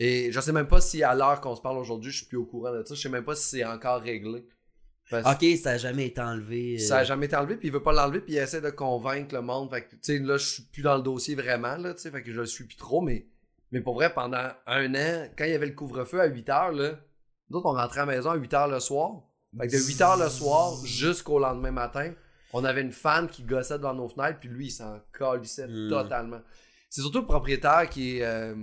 Et je sais même pas si à l'heure qu'on se parle aujourd'hui, je suis plus au courant de ça, je sais même pas si c'est encore réglé. Parce que Ok, ça a jamais été enlevé. euh, ça a jamais été enlevé, puis il veut pas l'enlever, puis il essaie de convaincre le monde. Fait que, tu sais, là, je suis plus dans le dossier vraiment, là, tu sais, fait que je le suis plus trop, mais, mais pour vrai, pendant un an, quand il y avait le couvre-feu à 8 heures, là, nous autres, on rentrait à la maison à 8 heures le soir. Fait que de 8 heures le soir jusqu'au lendemain matin, on avait une fan qui gossait devant nos fenêtres, puis lui, il s'en calissait Hmm. totalement. C'est surtout le propriétaire qui est. euh,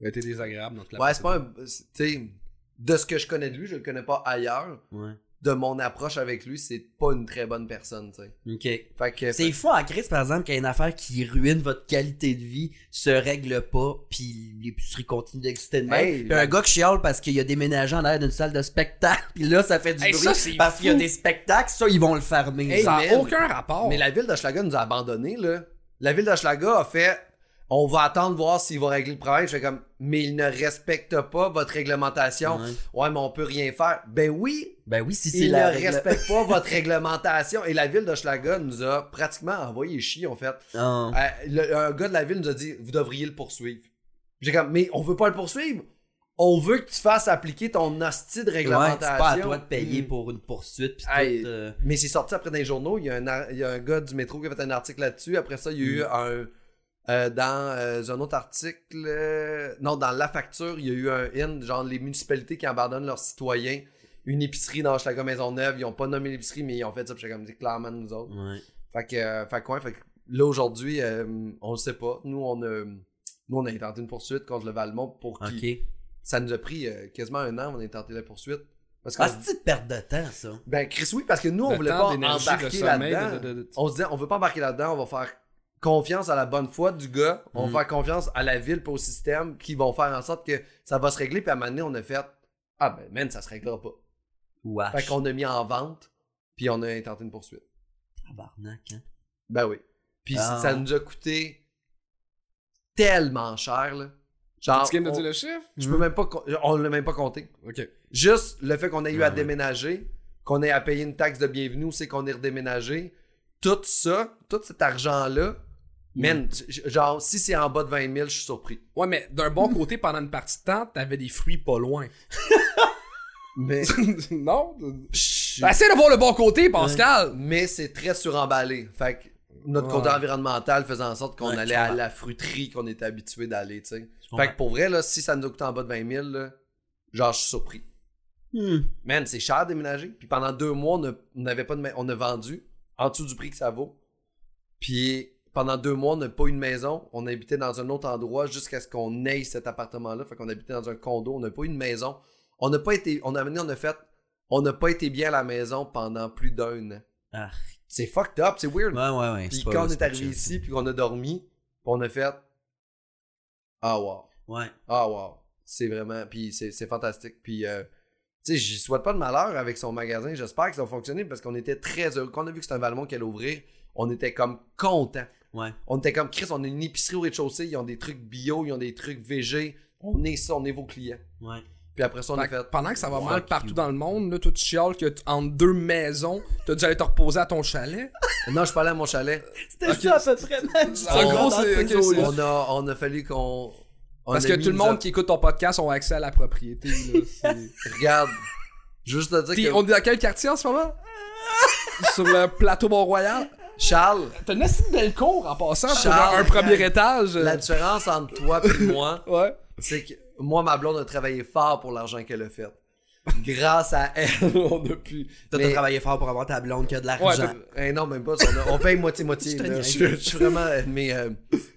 Il a été désagréable, donc ouais, c'est pas un. c'est- Tu sais, de ce que je connais de lui, je le connais pas ailleurs. ouais. De mon approche avec lui, c'est pas une très bonne personne, tu sais. Ok. Fait que. C'est fou en crise, par exemple, qu'il y a une affaire qui ruine votre qualité de vie, se règle pas, puis l'épicerie continue d'exister de même. Hey, Puis un gars qui chiale parce qu'il a déménagé en l'air d'une salle de spectacle, [laughs] puis là, ça fait du Hey, bruit. ça, c'est parce qu'il y a fou. des spectacles, ça, ils vont le fermer. Hey, ça. Ça mais- n'a aucun rapport. Mais la ville d'Hochelaga nous a abandonnés, là. La ville d'Hochelaga a fait on va attendre voir s'il va régler le problème. Je fais comme mais il ne respecte pas votre réglementation. Ouais. Ouais, mais on peut rien faire. Ben oui, Ben oui, si c'est il la ne règle. respecte [laughs] pas votre réglementation. Et la ville d'Hochelaga nous a pratiquement envoyé chier, en fait. Ah. Euh, le- un gars de la ville nous a dit vous devriez le poursuivre. J'ai comme mais on veut pas le poursuivre. On veut que tu fasses appliquer ton hostie de Ouais, c'est réglementation. pas à toi de payer Mm. pour une poursuite, puis Hey. tout. euh, Mais c'est sorti après dans les journaux. Il y, a un, ar- il y a un gars du métro qui a fait un article là-dessus. Après ça, il y a eu Mm. un. euh, dans euh, un autre article. euh, non, dans La Facture, il y a eu un in, genre les municipalités qui abandonnent leurs citoyens. Une épicerie dans Hochelaga Maisonneuve. Ils ont pas nommé l'épicerie, mais ils ont fait ça. Puis j'ai comme dit clairement nous autres. Ouais. Mm. Fait que, euh, fait que, ouais, fait que là aujourd'hui, euh, on le sait pas. Nous, on a. Nous, on a intenté une poursuite contre le Valmont pour qui. Ok. Ça nous a pris euh, quasiment un an, on a intenté la poursuite. Parce que Ah, c'est une perte de temps, ça. Ben, Chris, oui, parce que nous, on Le voulait temps, pas d'énergie, embarquer de sommeil, là-dedans. de- de- de- On se disait, on veut pas embarquer là-dedans, on va faire confiance à la bonne foi du gars, on Mm. va faire confiance à la ville, pas au système, qui vont faire en sorte que ça va se régler. Puis à un moment donné, on a fait, ah ben, man, ça se réglera pas. Ah, Wesh. Fait qu'on a mis en vente, puis on a intenté une poursuite. Tabarnak, hein. Ben oui. Puis Ah. ça nous a coûté tellement cher, là. Genre, Tu viens de on- dire le Mm. chiffre? je peux même pas, con- on l'a même pas compté. Ok. Juste le fait qu'on ait eu Ah à ouais. déménager, qu'on ait à payer une taxe de bienvenue, c'est qu'on est redéménagé. Tout ça, tout cet argent-là, Mm. man, j- genre, si c'est en bas de 20 000, je suis surpris. Ouais, mais [laughs] d'un bon côté, pendant une partie de temps, t'avais des fruits pas loin. Mais, [laughs] non? Ben, je- Essaye de voir le bon côté, Pascal! mais c'est très suremballé. Fait que notre côté Ouais. environnemental faisait en sorte qu'on Ouais, allait je à comprends. la fruiterie qu'on était habitué d'aller, tu sais. Je comprends. Fait que pour vrai, là, si ça nous a coûté en bas de 20 000, là, genre, je suis surpris. Hmm. Man, c'est cher déménager. Puis pendant deux mois, on a- on n'avait pas de ma- on a vendu en dessous du prix que ça vaut. Puis pendant deux mois, on n'a pas eu de maison. On habitait dans un autre endroit jusqu'à ce qu'on ait cet appartement-là. Fait qu'on habitait dans un condo. On n'a pas eu de maison. On n'a pas été. On a amené, on a fait. On n'a pas été bien à la maison pendant plus d'un an. Ah. C'est fucked up, c'est weird. Ouais, ouais, ouais. puis c'est pas- quand on c'est est pas arrivé chill, ici, puis qu'on a dormi, puis on a fait. Ah wow. ça. Ouais. Ah wow, c'est vraiment, puis c'est c'est fantastique. Puis, euh, tu sais, j'y souhaite pas de malheur avec son magasin. J'espère que ça va fonctionner parce qu'on était très heureux. Quand on a vu que c'était un Valmont qui allait ouvrir, on était comme content. Ouais. On était comme Chris, on a une épicerie au rez-de-chaussée, ils ont des trucs bio, ils ont des trucs végé. On est ça, on est vos clients. Ouais. Puis après ça, on a Fait que fait. pendant que ça va mal Fuck partout you. dans le monde, là, toi, tu chiales que tu- entre deux maisons, t'as dû aller te reposer à ton chalet. Non, je suis pas allé à mon chalet. C'était Ok, ça à peu près. En gros, [laughs] c'est- ok, c'est- On a, on a fallu qu'on. on Parce a que mis tout le nos- monde qui écoute ton podcast ont accès à la propriété. [laughs] là, c'est- Regarde. Juste te dire T'es- que. on est dans quel quartier en ce [laughs] moment? Sur le plateau Mont-Royal. Charles, T'as une assez belle cour en passant pour Charles, un premier étage. la différence entre toi et moi. Ouais. c'est que moi, ma blonde a travaillé fort pour l'argent qu'elle a fait. Grâce à [laughs] elle, on a pu. Toi, t'as Mais- travaillé fort pour avoir ta blonde qui a de Ouais, l'argent. t'as- Eh non, même pas. On, a- on paye moitié-moitié. Je te là. niaise. je, je suis vraiment. Mais. euh,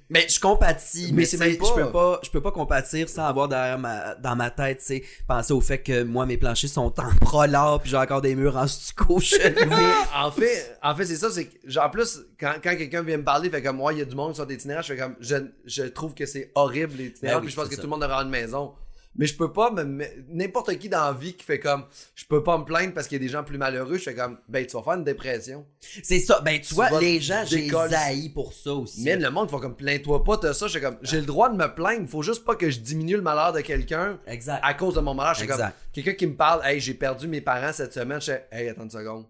Mais je compatis, Mais mais, c'est c'est même pas- je peux pas, je peux pas compatir sans avoir derrière ma, dans ma tête, tu sais, penser au fait que moi mes planchers sont en prolard puis j'ai encore des murs en stucco. [laughs] chez mais en fait, en fait c'est ça. C'est que, genre, en plus, quand, quand quelqu'un vient me parler, fait comme moi, il y a du monde sur des itinéraires, je fais comme. Je, je trouve que c'est horrible, les itinéraires. Ben oui, puis je pense c'est que ça. tout le monde aura une maison. Mais je peux pas me. me- N'importe qui dans la vie qui fait comme. Je peux pas me plaindre parce qu'il y a des gens plus malheureux. Je fais comme. Ben, tu vas faire une dépression. c'est ça. Ben tu vas vois, les gens, j'ai les décoller. haïs pour ça aussi. Mais le monde font comme plains-toi pas, t'as ça. J'ai comme j'ai le droit de me plaindre. Faut juste pas que je diminue le malheur de quelqu'un Exact. à cause de mon malheur. J'ai comme Exact. quelqu'un qui me parle, hey j'ai perdu mes parents cette semaine. Je fais, hey attends une seconde.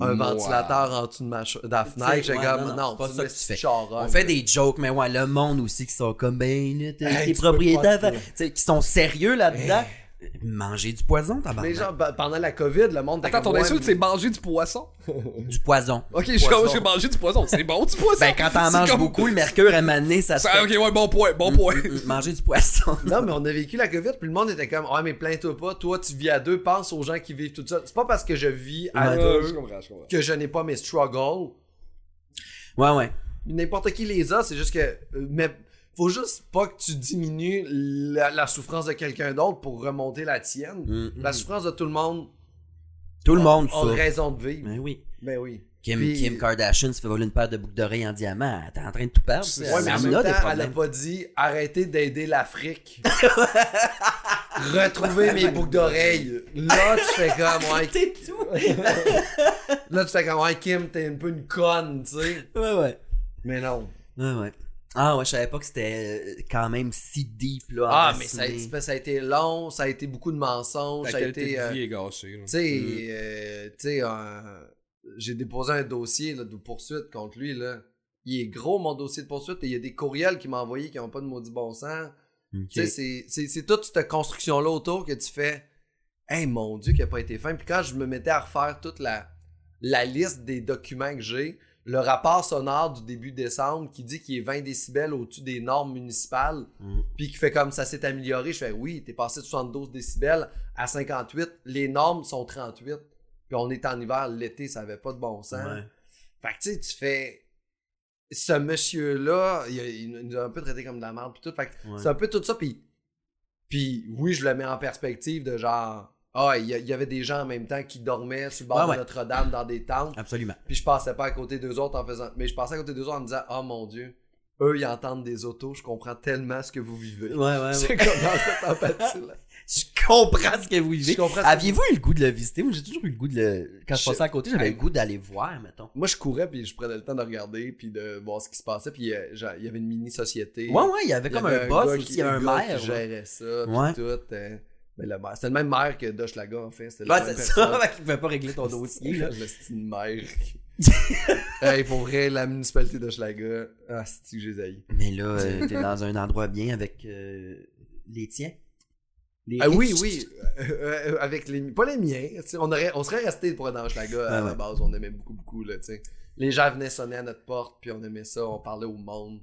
Un Moi. ventilateur en dessous de, ma ch- de la fenêtre. T'sais, J'ai ouais, comme non, non, non, c'est pas une ça que tu fais. charogne. On fait des jokes, mais ouais, le monde aussi qui sont comme ben là, t'es Hey, t'es tu peux propriétaire, pas te- fait- tu sais, qui sont sérieux là-dedans. Manger du poison, tabarnak. [laughs] Mais genre, pe- pendant la COVID, le monde. était Attends, ton comme, ouais, insulte, c'est manger du poisson. Du poison. Ok, je suis Poisson. comme, j'ai mangé du poisson. C'est bon du poisson. Ben quand t'en [laughs] C'est manges comme- beaucoup, le mercure à maner, ça se Ça- fait- ok, [laughs] ouais, bon point, bon point. Mm, Manger du poisson. Non, mais on a vécu la COVID, puis le monde était comme, ouais, mais plains-toi pas, toi, tu vis à deux, pense aux gens qui vivent tout ça. C'est pas parce que je vis à Ouais. Euh, deux je comprends, je comprends. que je n'ai pas mes struggles. [laughs] Ouais, ouais. N'importe qui les a, c'est juste que. euh, Mais faut juste pas que tu diminues la, la souffrance de quelqu'un d'autre pour remonter la tienne. Mm. La souffrance de tout le monde Tout le monde a souffre. raison de vivre. Ben oui. Ben oui. Kim, Puis- Kim Kardashian se fait voler une paire de boucles d'oreilles en diamant. T'es en train de tout perdre. ça. Ouais, Elle mais en en même a des temps, elle a problèmes. pas dit arrêtez d'aider [laughs] l'Afrique. Retrouvez mes boucles d'oreilles. Là, tu fais comme, [laughs] ouais. T'es tout. Là, tu fais comme, ouais, Kim, t'es un peu une conne, tu sais. [laughs] Ouais, ouais. Mais non. Ouais, ouais. Ah ouais, je savais pas que c'était euh, quand même si deep là. Ah, mais ça, enraciné. a- ça a été long, ça a été beaucoup de mensonges, La ça a qualité été. de euh, vie est gâchée. là. Mm. Tu sais, euh, tu sais, euh, j'ai déposé un dossier là, de poursuite contre lui. Là. Il est gros, mon dossier de poursuite, et il y a des courriels qu'il m'a envoyés qui n'ont pas de maudit bon sens. Ok. Tu sais, c'est- c'est- c'est toute cette construction-là autour que tu fais. Hey, mon Dieu, qui n'a pas été fin. Puis quand je me mettais à refaire toute la, la liste des documents que j'ai, le rapport sonore du début décembre qui dit qu'il est 20 décibels au-dessus des normes municipales, Mm. puis qui fait comme ça s'est amélioré, je fais oui, t'es passé de 72 décibels à 58, les normes sont 38, puis on est en hiver, l'été, ça avait pas de bon sens. Ouais. Fait que tu sais, tu fais. ce monsieur-là, il, a- il nous a un peu traité comme de la merde, pis tout. Fait que Ouais. c'est un peu tout ça, pis. Puis oui, je le mets en perspective de genre. Ah, il y, a- il y avait des gens en même temps qui dormaient sur le bord Ouais, de ouais. Notre-Dame dans des tentes. Absolument. Puis je passais pas à côté d'eux autres en faisant. Mais je passais à côté d'eux autres en me disant Oh mon Dieu, eux ils entendent des autos, je comprends tellement ce que vous vivez. Ouais, ouais, ouais. C'est comme dans cette empathie là. [laughs] Je comprends ce que vous Je vivez. comprends ce que Aviez-vous eu le goût de le visiter? Moi, j'ai toujours eu le goût de le. Quand je Je- passais à côté, j'avais Hey. le goût d'aller voir, mettons. Moi je courais puis je prenais le temps de regarder puis de voir ce qui se passait. Puis euh, genre, il y avait une mini-société. Ouais, ouais, il y avait comme un boss aussi, il y a un maire. maire. qui ouais. gérait ça. puis Ouais. tout. euh, mais le maire. C'était le même maire que Doshlaga en fait. C'était le Ouais, même c'est personne. ça, [laughs] qui pouvait pas [laughs] régler ton dossier, [laughs] là. C'est une mère. [laughs] hey, pour vrai, la municipalité d'Hochelaga, ah, c'est-tu que je les haïs. Mais là, euh, t'es dans un endroit bien avec euh, les tiens. Les Ah oui, riches. oui. Euh, euh, avec les pas les miens. tu sais, On, aurait, on serait resté pour être dans Hochelaga à Ah Ouais, la ouais. base. On aimait beaucoup, beaucoup. Là, tu sais. les gens venaient sonner à notre porte, puis on aimait ça. On parlait au monde.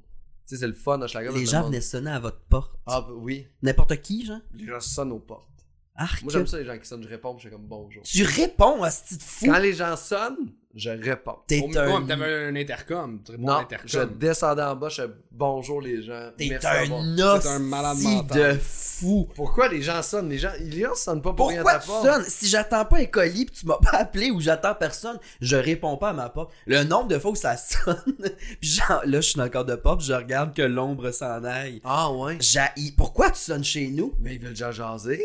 Tu sais, c'est le fun, Hochelaga. parce Les que gens le monde- venaient sonner à votre porte. Ah oui, N'importe qui, genre. les gens sonnent aux portes. Arc. Moi, j'aime ça, les gens qui sonnent. Je réponds, puis je suis comme bonjour. Tu réponds à ce petit fou. Quand les gens sonnent, je réponds. T'es Au un. minimum, t'avais un intercom. Tu réponds à Non, je l'intercom. descendais en bas, je fais bonjour les gens. T'es Merci d'avoir- un T'es un malade hostie mental. de fou. Pourquoi les gens sonnent Les gens, les gens sonnent pas pour rien à Pourquoi ta tu porte. sonnes? Si j'attends pas un colis pis tu m'as pas appelé ou j'attends personne, je réponds pas à ma porte. Le nombre de fois où ça [laughs] sonne, pis genre, là, je suis dans le corps de pop, je regarde que l'ombre s'en aille. Ah ouais. J'haïs. Pourquoi tu sonnes chez nous? Mais ils veulent déjà jaser.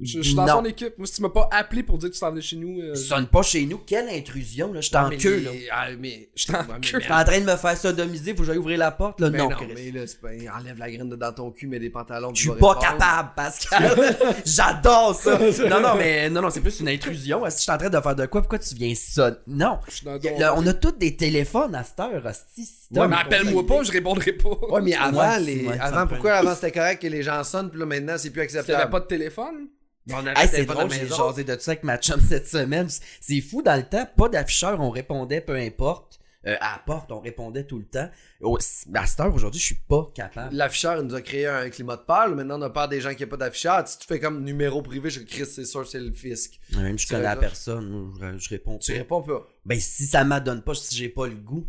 Je je suis dans Non. son équipe. Moi, si tu m'as pas appelé pour dire que tu t'en venais chez nous, euh, Sonne pas chez nous. Quelle intrusion, là. Je suis en Mais queue, les- là. Ah, mais je t'en Ouais, mais queue. T'es en train de me faire sodomiser, faut que j'aille ouvrir la porte, là. Mais non, Ben non, Chris. mais là, c'est pas... enlève la graine de dans ton cul, mets des pantalons. Je suis pas capable, Pascal. [laughs] J'adore ça. Non, non, mais non, non, c'est plus une intrusion. Si je suis en train de faire de quoi, pourquoi tu viens sonner? Non. Je suis dans Y a- ton- là, on a tous des téléphones à cette heure, hostie. si t'as Ouais, un mais appelle-moi conseil. pas, je répondrai pas. Ouais, mais avant, Ouais, les... ouais, ça avant me pourquoi avant c'était correct que les gens sonnent, puis là maintenant c'est plus Si t'avais acceptable. pas de téléphone, On Hey, arrêtait c'est pas drôle, la j'ai maison. jasé de ça avec ma chum [laughs] cette semaine. C'est fou, dans le temps, pas d'afficheur, on répondait peu importe. Euh, à la porte, on répondait tout le temps. Au- à cette heure, aujourd'hui, je suis pas capable. L'afficheur nous a créé un climat de peur. là. Maintenant, on a peur des gens qui n'ont pas d'afficheur. Si tu fais comme numéro privé, je Chris, c'est sûr, c'est le fisc. Même je Tu connais la réponds- personne, je, je réponds Tu pas. réponds pas. Ben, si ça m'adonne pas, si j'ai pas le goût.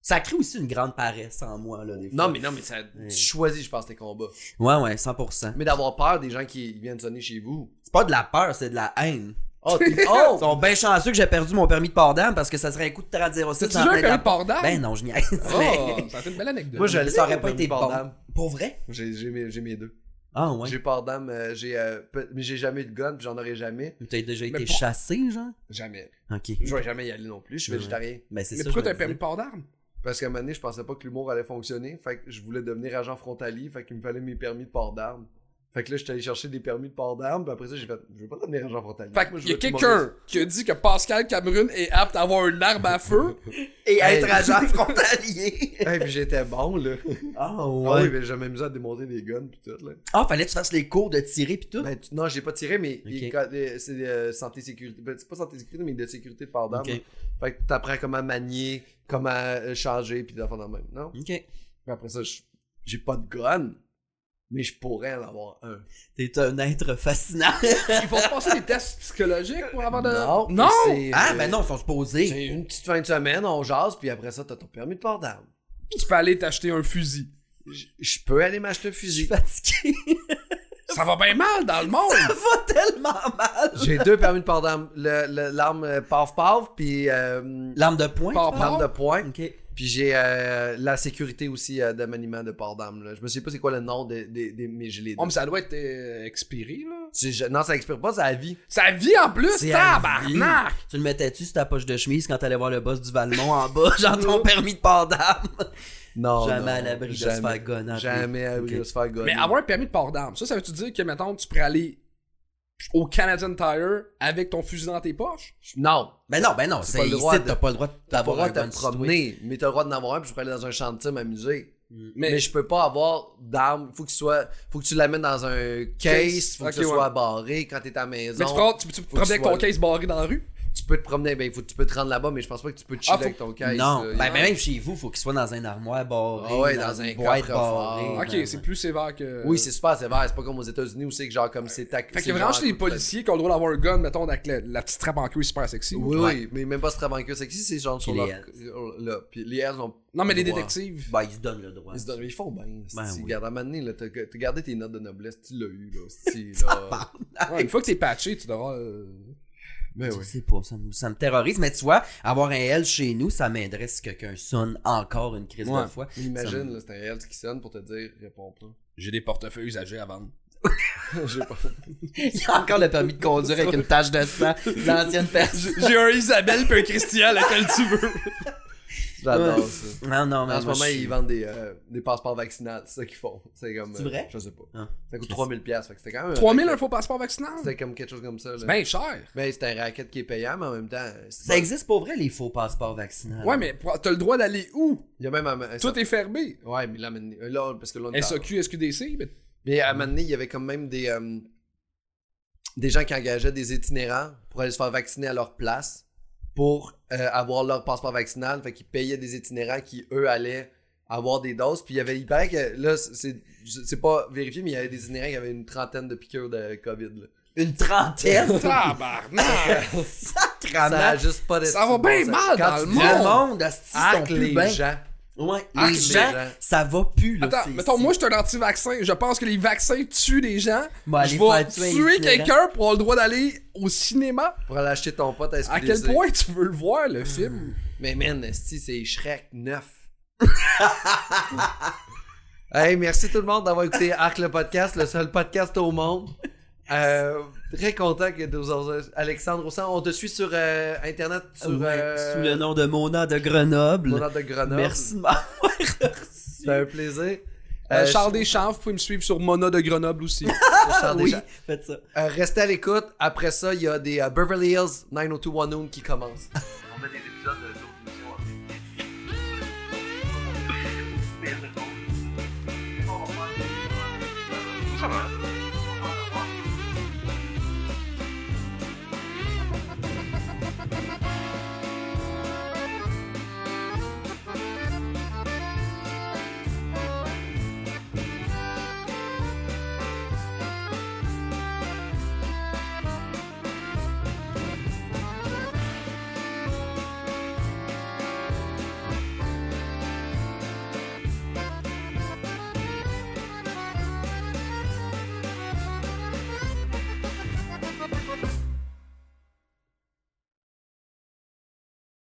Ça crée aussi une grande paresse en moi, là, des fois. Non, mais non, mais ça. Ouais. Tu choisis, je pense, tes combats. Ouais, ouais, 100%. Mais d'avoir peur des gens qui viennent sonner chez vous. C'est pas de la peur, c'est de la haine. Oh, t'es- oh! Ils sont bien Ben chanceux que j'ai perdu mon permis de port d'armes parce que ça serait un coup de 30 06 t'as-tu en plein déjà un de la- permis port d'armes? Ben non, je niaise. [laughs] Oh, ça fait une belle anecdote. Moi, je mais l'ai, ça aurait mon pas permis été port bon. d'âme. Pour vrai? J'ai, j'ai, mes, j'ai mes deux. Ah ouais. J'ai peur d'âme, euh, j'ai, euh, pe- mais j'ai jamais eu de gun, puis j'en aurais jamais. Mais T'as déjà été Mais pour- chassé, genre? Jamais. Ok. Je vais jamais y aller non plus, je suis Ouais. végétarien. Ben c'est Mais ça. pourquoi je t'as me un permis disais. port d'armes? Parce qu'à un moment donné, je pensais pas que l'humour allait fonctionner, fait que je voulais devenir agent frontalier, fait qu'il me fallait mes permis de port d'armes. Fait que là, je suis allé chercher des permis de port d'armes, puis après ça, j'ai fait, je veux pas devenir agent frontalier. Fait Moi, je qu'il y a veux être quelqu'un qui a dit que Pascal Cameron est apte à avoir une arme à feu. Et Hey. être [laughs] agent frontalier! humoriste. Hey, puis j'étais bon, là. Ah Ah oui, ouais. mais j'ai m'amusé à démonter des guns, pis tout, là. Ah, fallait que tu fasses les cours de tirer pis tout? Ben, tu- non, j'ai pas tiré, mais il- Ok. quand- euh, c'est euh, santé sécurité. ben, c'est pas santé sécurité, mais de sécurité de port d'armes. Ok. Fait que t'apprends comment manier, comment euh, changer, puis d'affaires dans le même. Non? Ok. Puis après ça, je- j'ai pas de gun, mais je pourrais en avoir un. T'es un être fascinant. Ils vont se passer des tests psychologiques pour avoir de. Non! c'est, Ah, euh, ben non, ils sont supposés. C'est une petite fin de semaine, on jase, puis après ça, t'as ton permis de port d'armes. Tu peux aller t'acheter un fusil. J- Je peux aller m'acheter un Je suis fusil. fatigué. [laughs] Ça va bien mal dans le monde! Ça va tellement mal. [laughs] J'ai deux permis de port d'armes. Le- le- L'arme euh, paf paf, puis euh, L'arme de poing? Port tu l'arme paf. de poing. parles? Ok. Puis j'ai euh, la sécurité aussi euh, de maniement de port d'armes. là. Je me sais pas c'est quoi le nom de, de- de mes gilets. Oh, mais ça doit être euh, expiré, là. C'est- je- non, ça expire pas, c'est à vie. Ça vit en plus, C'est tabarnak! Tu le mettais-tu sur ta poche de chemise quand t'allais voir le boss du Valmont en bas, [laughs] genre ton permis de port d'armes? Non. [laughs] Jamais Oh non, à l'abri de se jamais. faire gonner en Jamais à l'abri Ok. de se faire gonner. Mais avoir un permis de port d'armes, ça, ça veut-tu dire que, mettons, tu pourrais aller au Canadian Tire avec ton fusil dans tes poches? Non. Ben non, ben non, C'est pas c'est le ici, droit de- t'as pas le droit T'as pas le d'avoir droit un de gun te promener, mais t'as le droit d'en avoir un, puis je pourrais aller dans un chantier m'amuser. Mais, Mm. Mais, je peux pas avoir d'armes. Faut que tu sois, faut que tu l'amènes dans un case, Case, faut que ok, ce ouais. soit barré quand t'es à la maison. mais tu prends, tu, tu te que promènes tu avec ton sois- caisse barré dans la rue? tu peux te promener, ben, faut, tu peux te rendre là-bas, mais je pense pas que tu peux te chiller Ah, faut- avec ton caisse. non, là. ben, ben, même chez vous, faut qu'il soit dans un armoire barré. Ah ouais, dans un une boîte coffre-fort. barrée, Ok, ben, c'est ouais. plus sévère que. Oui, c'est super sévère. C'est pas comme aux États-Unis où c'est euh, que genre comme c'est tac. Fait que c'est vraiment, genre chez les un coup de- policiers qui ont le droit d'avoir un gun, mettons, avec la, la petite trappe en queue super sexy. Oui, Ouais. oui, mais même pas ce travail que c'est que si c'est genre sur Puis leur. les euh, Là, puis les Hells ont. Non, mais les droit. détectives. Ben, ils se donnent le droit. Ils se donnent, ils font bien. Ben si, oui. Regarde, à un moment donné, là, t'as t'as gardé tes notes de noblesse, tu l'as eu, là. [laughs] si, là. Ouais, une fois que t'es patché, tu devras. euh, Mais Je Ben oui. sais pas, ça me, ça me terrorise, mais tu vois, avoir un L chez nous, ça m'aiderait si quelqu'un sonne encore une crise Ouais. de foi. Mais Imagine, Ça me- là, c'est un réel qui sonne pour te dire, réponds pas. J'ai des portefeuilles usagés à vendre. J'ai pas. Il y a encore le permis de conduire avec une tache de [laughs] sang d'ancienne personne. [laughs] J'ai un Isabelle puis un Christian, lequel tu [laughs] veux. J'adore Ouais. ça. Non, non, mais En ce moi, moment, je suis- ils vendent des, euh, des passeports vaccinaux, c'est ça qu'ils font. C'est comme. C'est euh, vrai? Je sais pas. Ah. Ça coûte Qu'est-ce- 3000$, piastres, fait que c'était quand même. un 3000 un Ben- racket. faux passeport vaccinal. C'était comme quelque chose comme ça, là. C'est bien cher. Mais c'est un racket qui est payant, mais en même temps. c'est Ça pas- existe pour vrai, les faux passeports Ah. vaccinaux. Ouais, mais pour- t'as le droit d'aller où Il y a même. un- un- Tout est fermé. Ouais, mais là, mais- euh, là, parce que là, on est en- SAQ, SQDC, mais Mais à un moment donné, il y avait quand même des, euh, des gens qui engageaient des itinérants pour aller se faire vacciner à leur place pour euh, avoir leur passeport vaccinal. Fait qu'ils payaient des itinérants qui, eux, allaient avoir des doses. Puis il y avait, il paraît que là, c'est c'est pas vérifié, mais il y avait des itinérants qui avaient une trentaine de piqûres de COVID. là. Une trentaine? [laughs] Tabarnak! [laughs] Ça a Sacrament! juste pas de Ça va bien bon sens. mal Quand dans tu le dis Le monde. monde, asti, sont arc plus les bien. gens. Ouais, Arc les les gens, gens. ça va plus, là. Attends, c'est- mettons, c'est- moi, je suis un anti-vaccin. Je pense que les vaccins tuent les gens. Bon, je allez vais faire tuer un tuer itinérant. quelqu'un pour avoir le droit d'aller au cinéma. Pour aller acheter ton pote à À SQDC. quel point tu veux le voir, le Hmm. film? Mais man, esti, c'est Shrek 9. [laughs] hey, merci tout le monde d'avoir écouté Arc le podcast, le seul podcast au monde. Euh, très content que nous avons- Alexandre Roussan. On te suit sur euh, Internet, sur Ouais, euh, Sous le nom de Mona de Grenoble. Monade de Grenoble. Merci de m'avoir [laughs] reçu. C'était un plaisir. Euh, Euh, Charles Deschamps, vous pouvez me suivre sur Mona de Grenoble aussi. sur Charles Oui, Deschamps. faites ça. Euh, restez oh à l'écoute. Après ça, il y a des euh, Beverly Hills 90210 qui commencent. On met des épisodes euh, de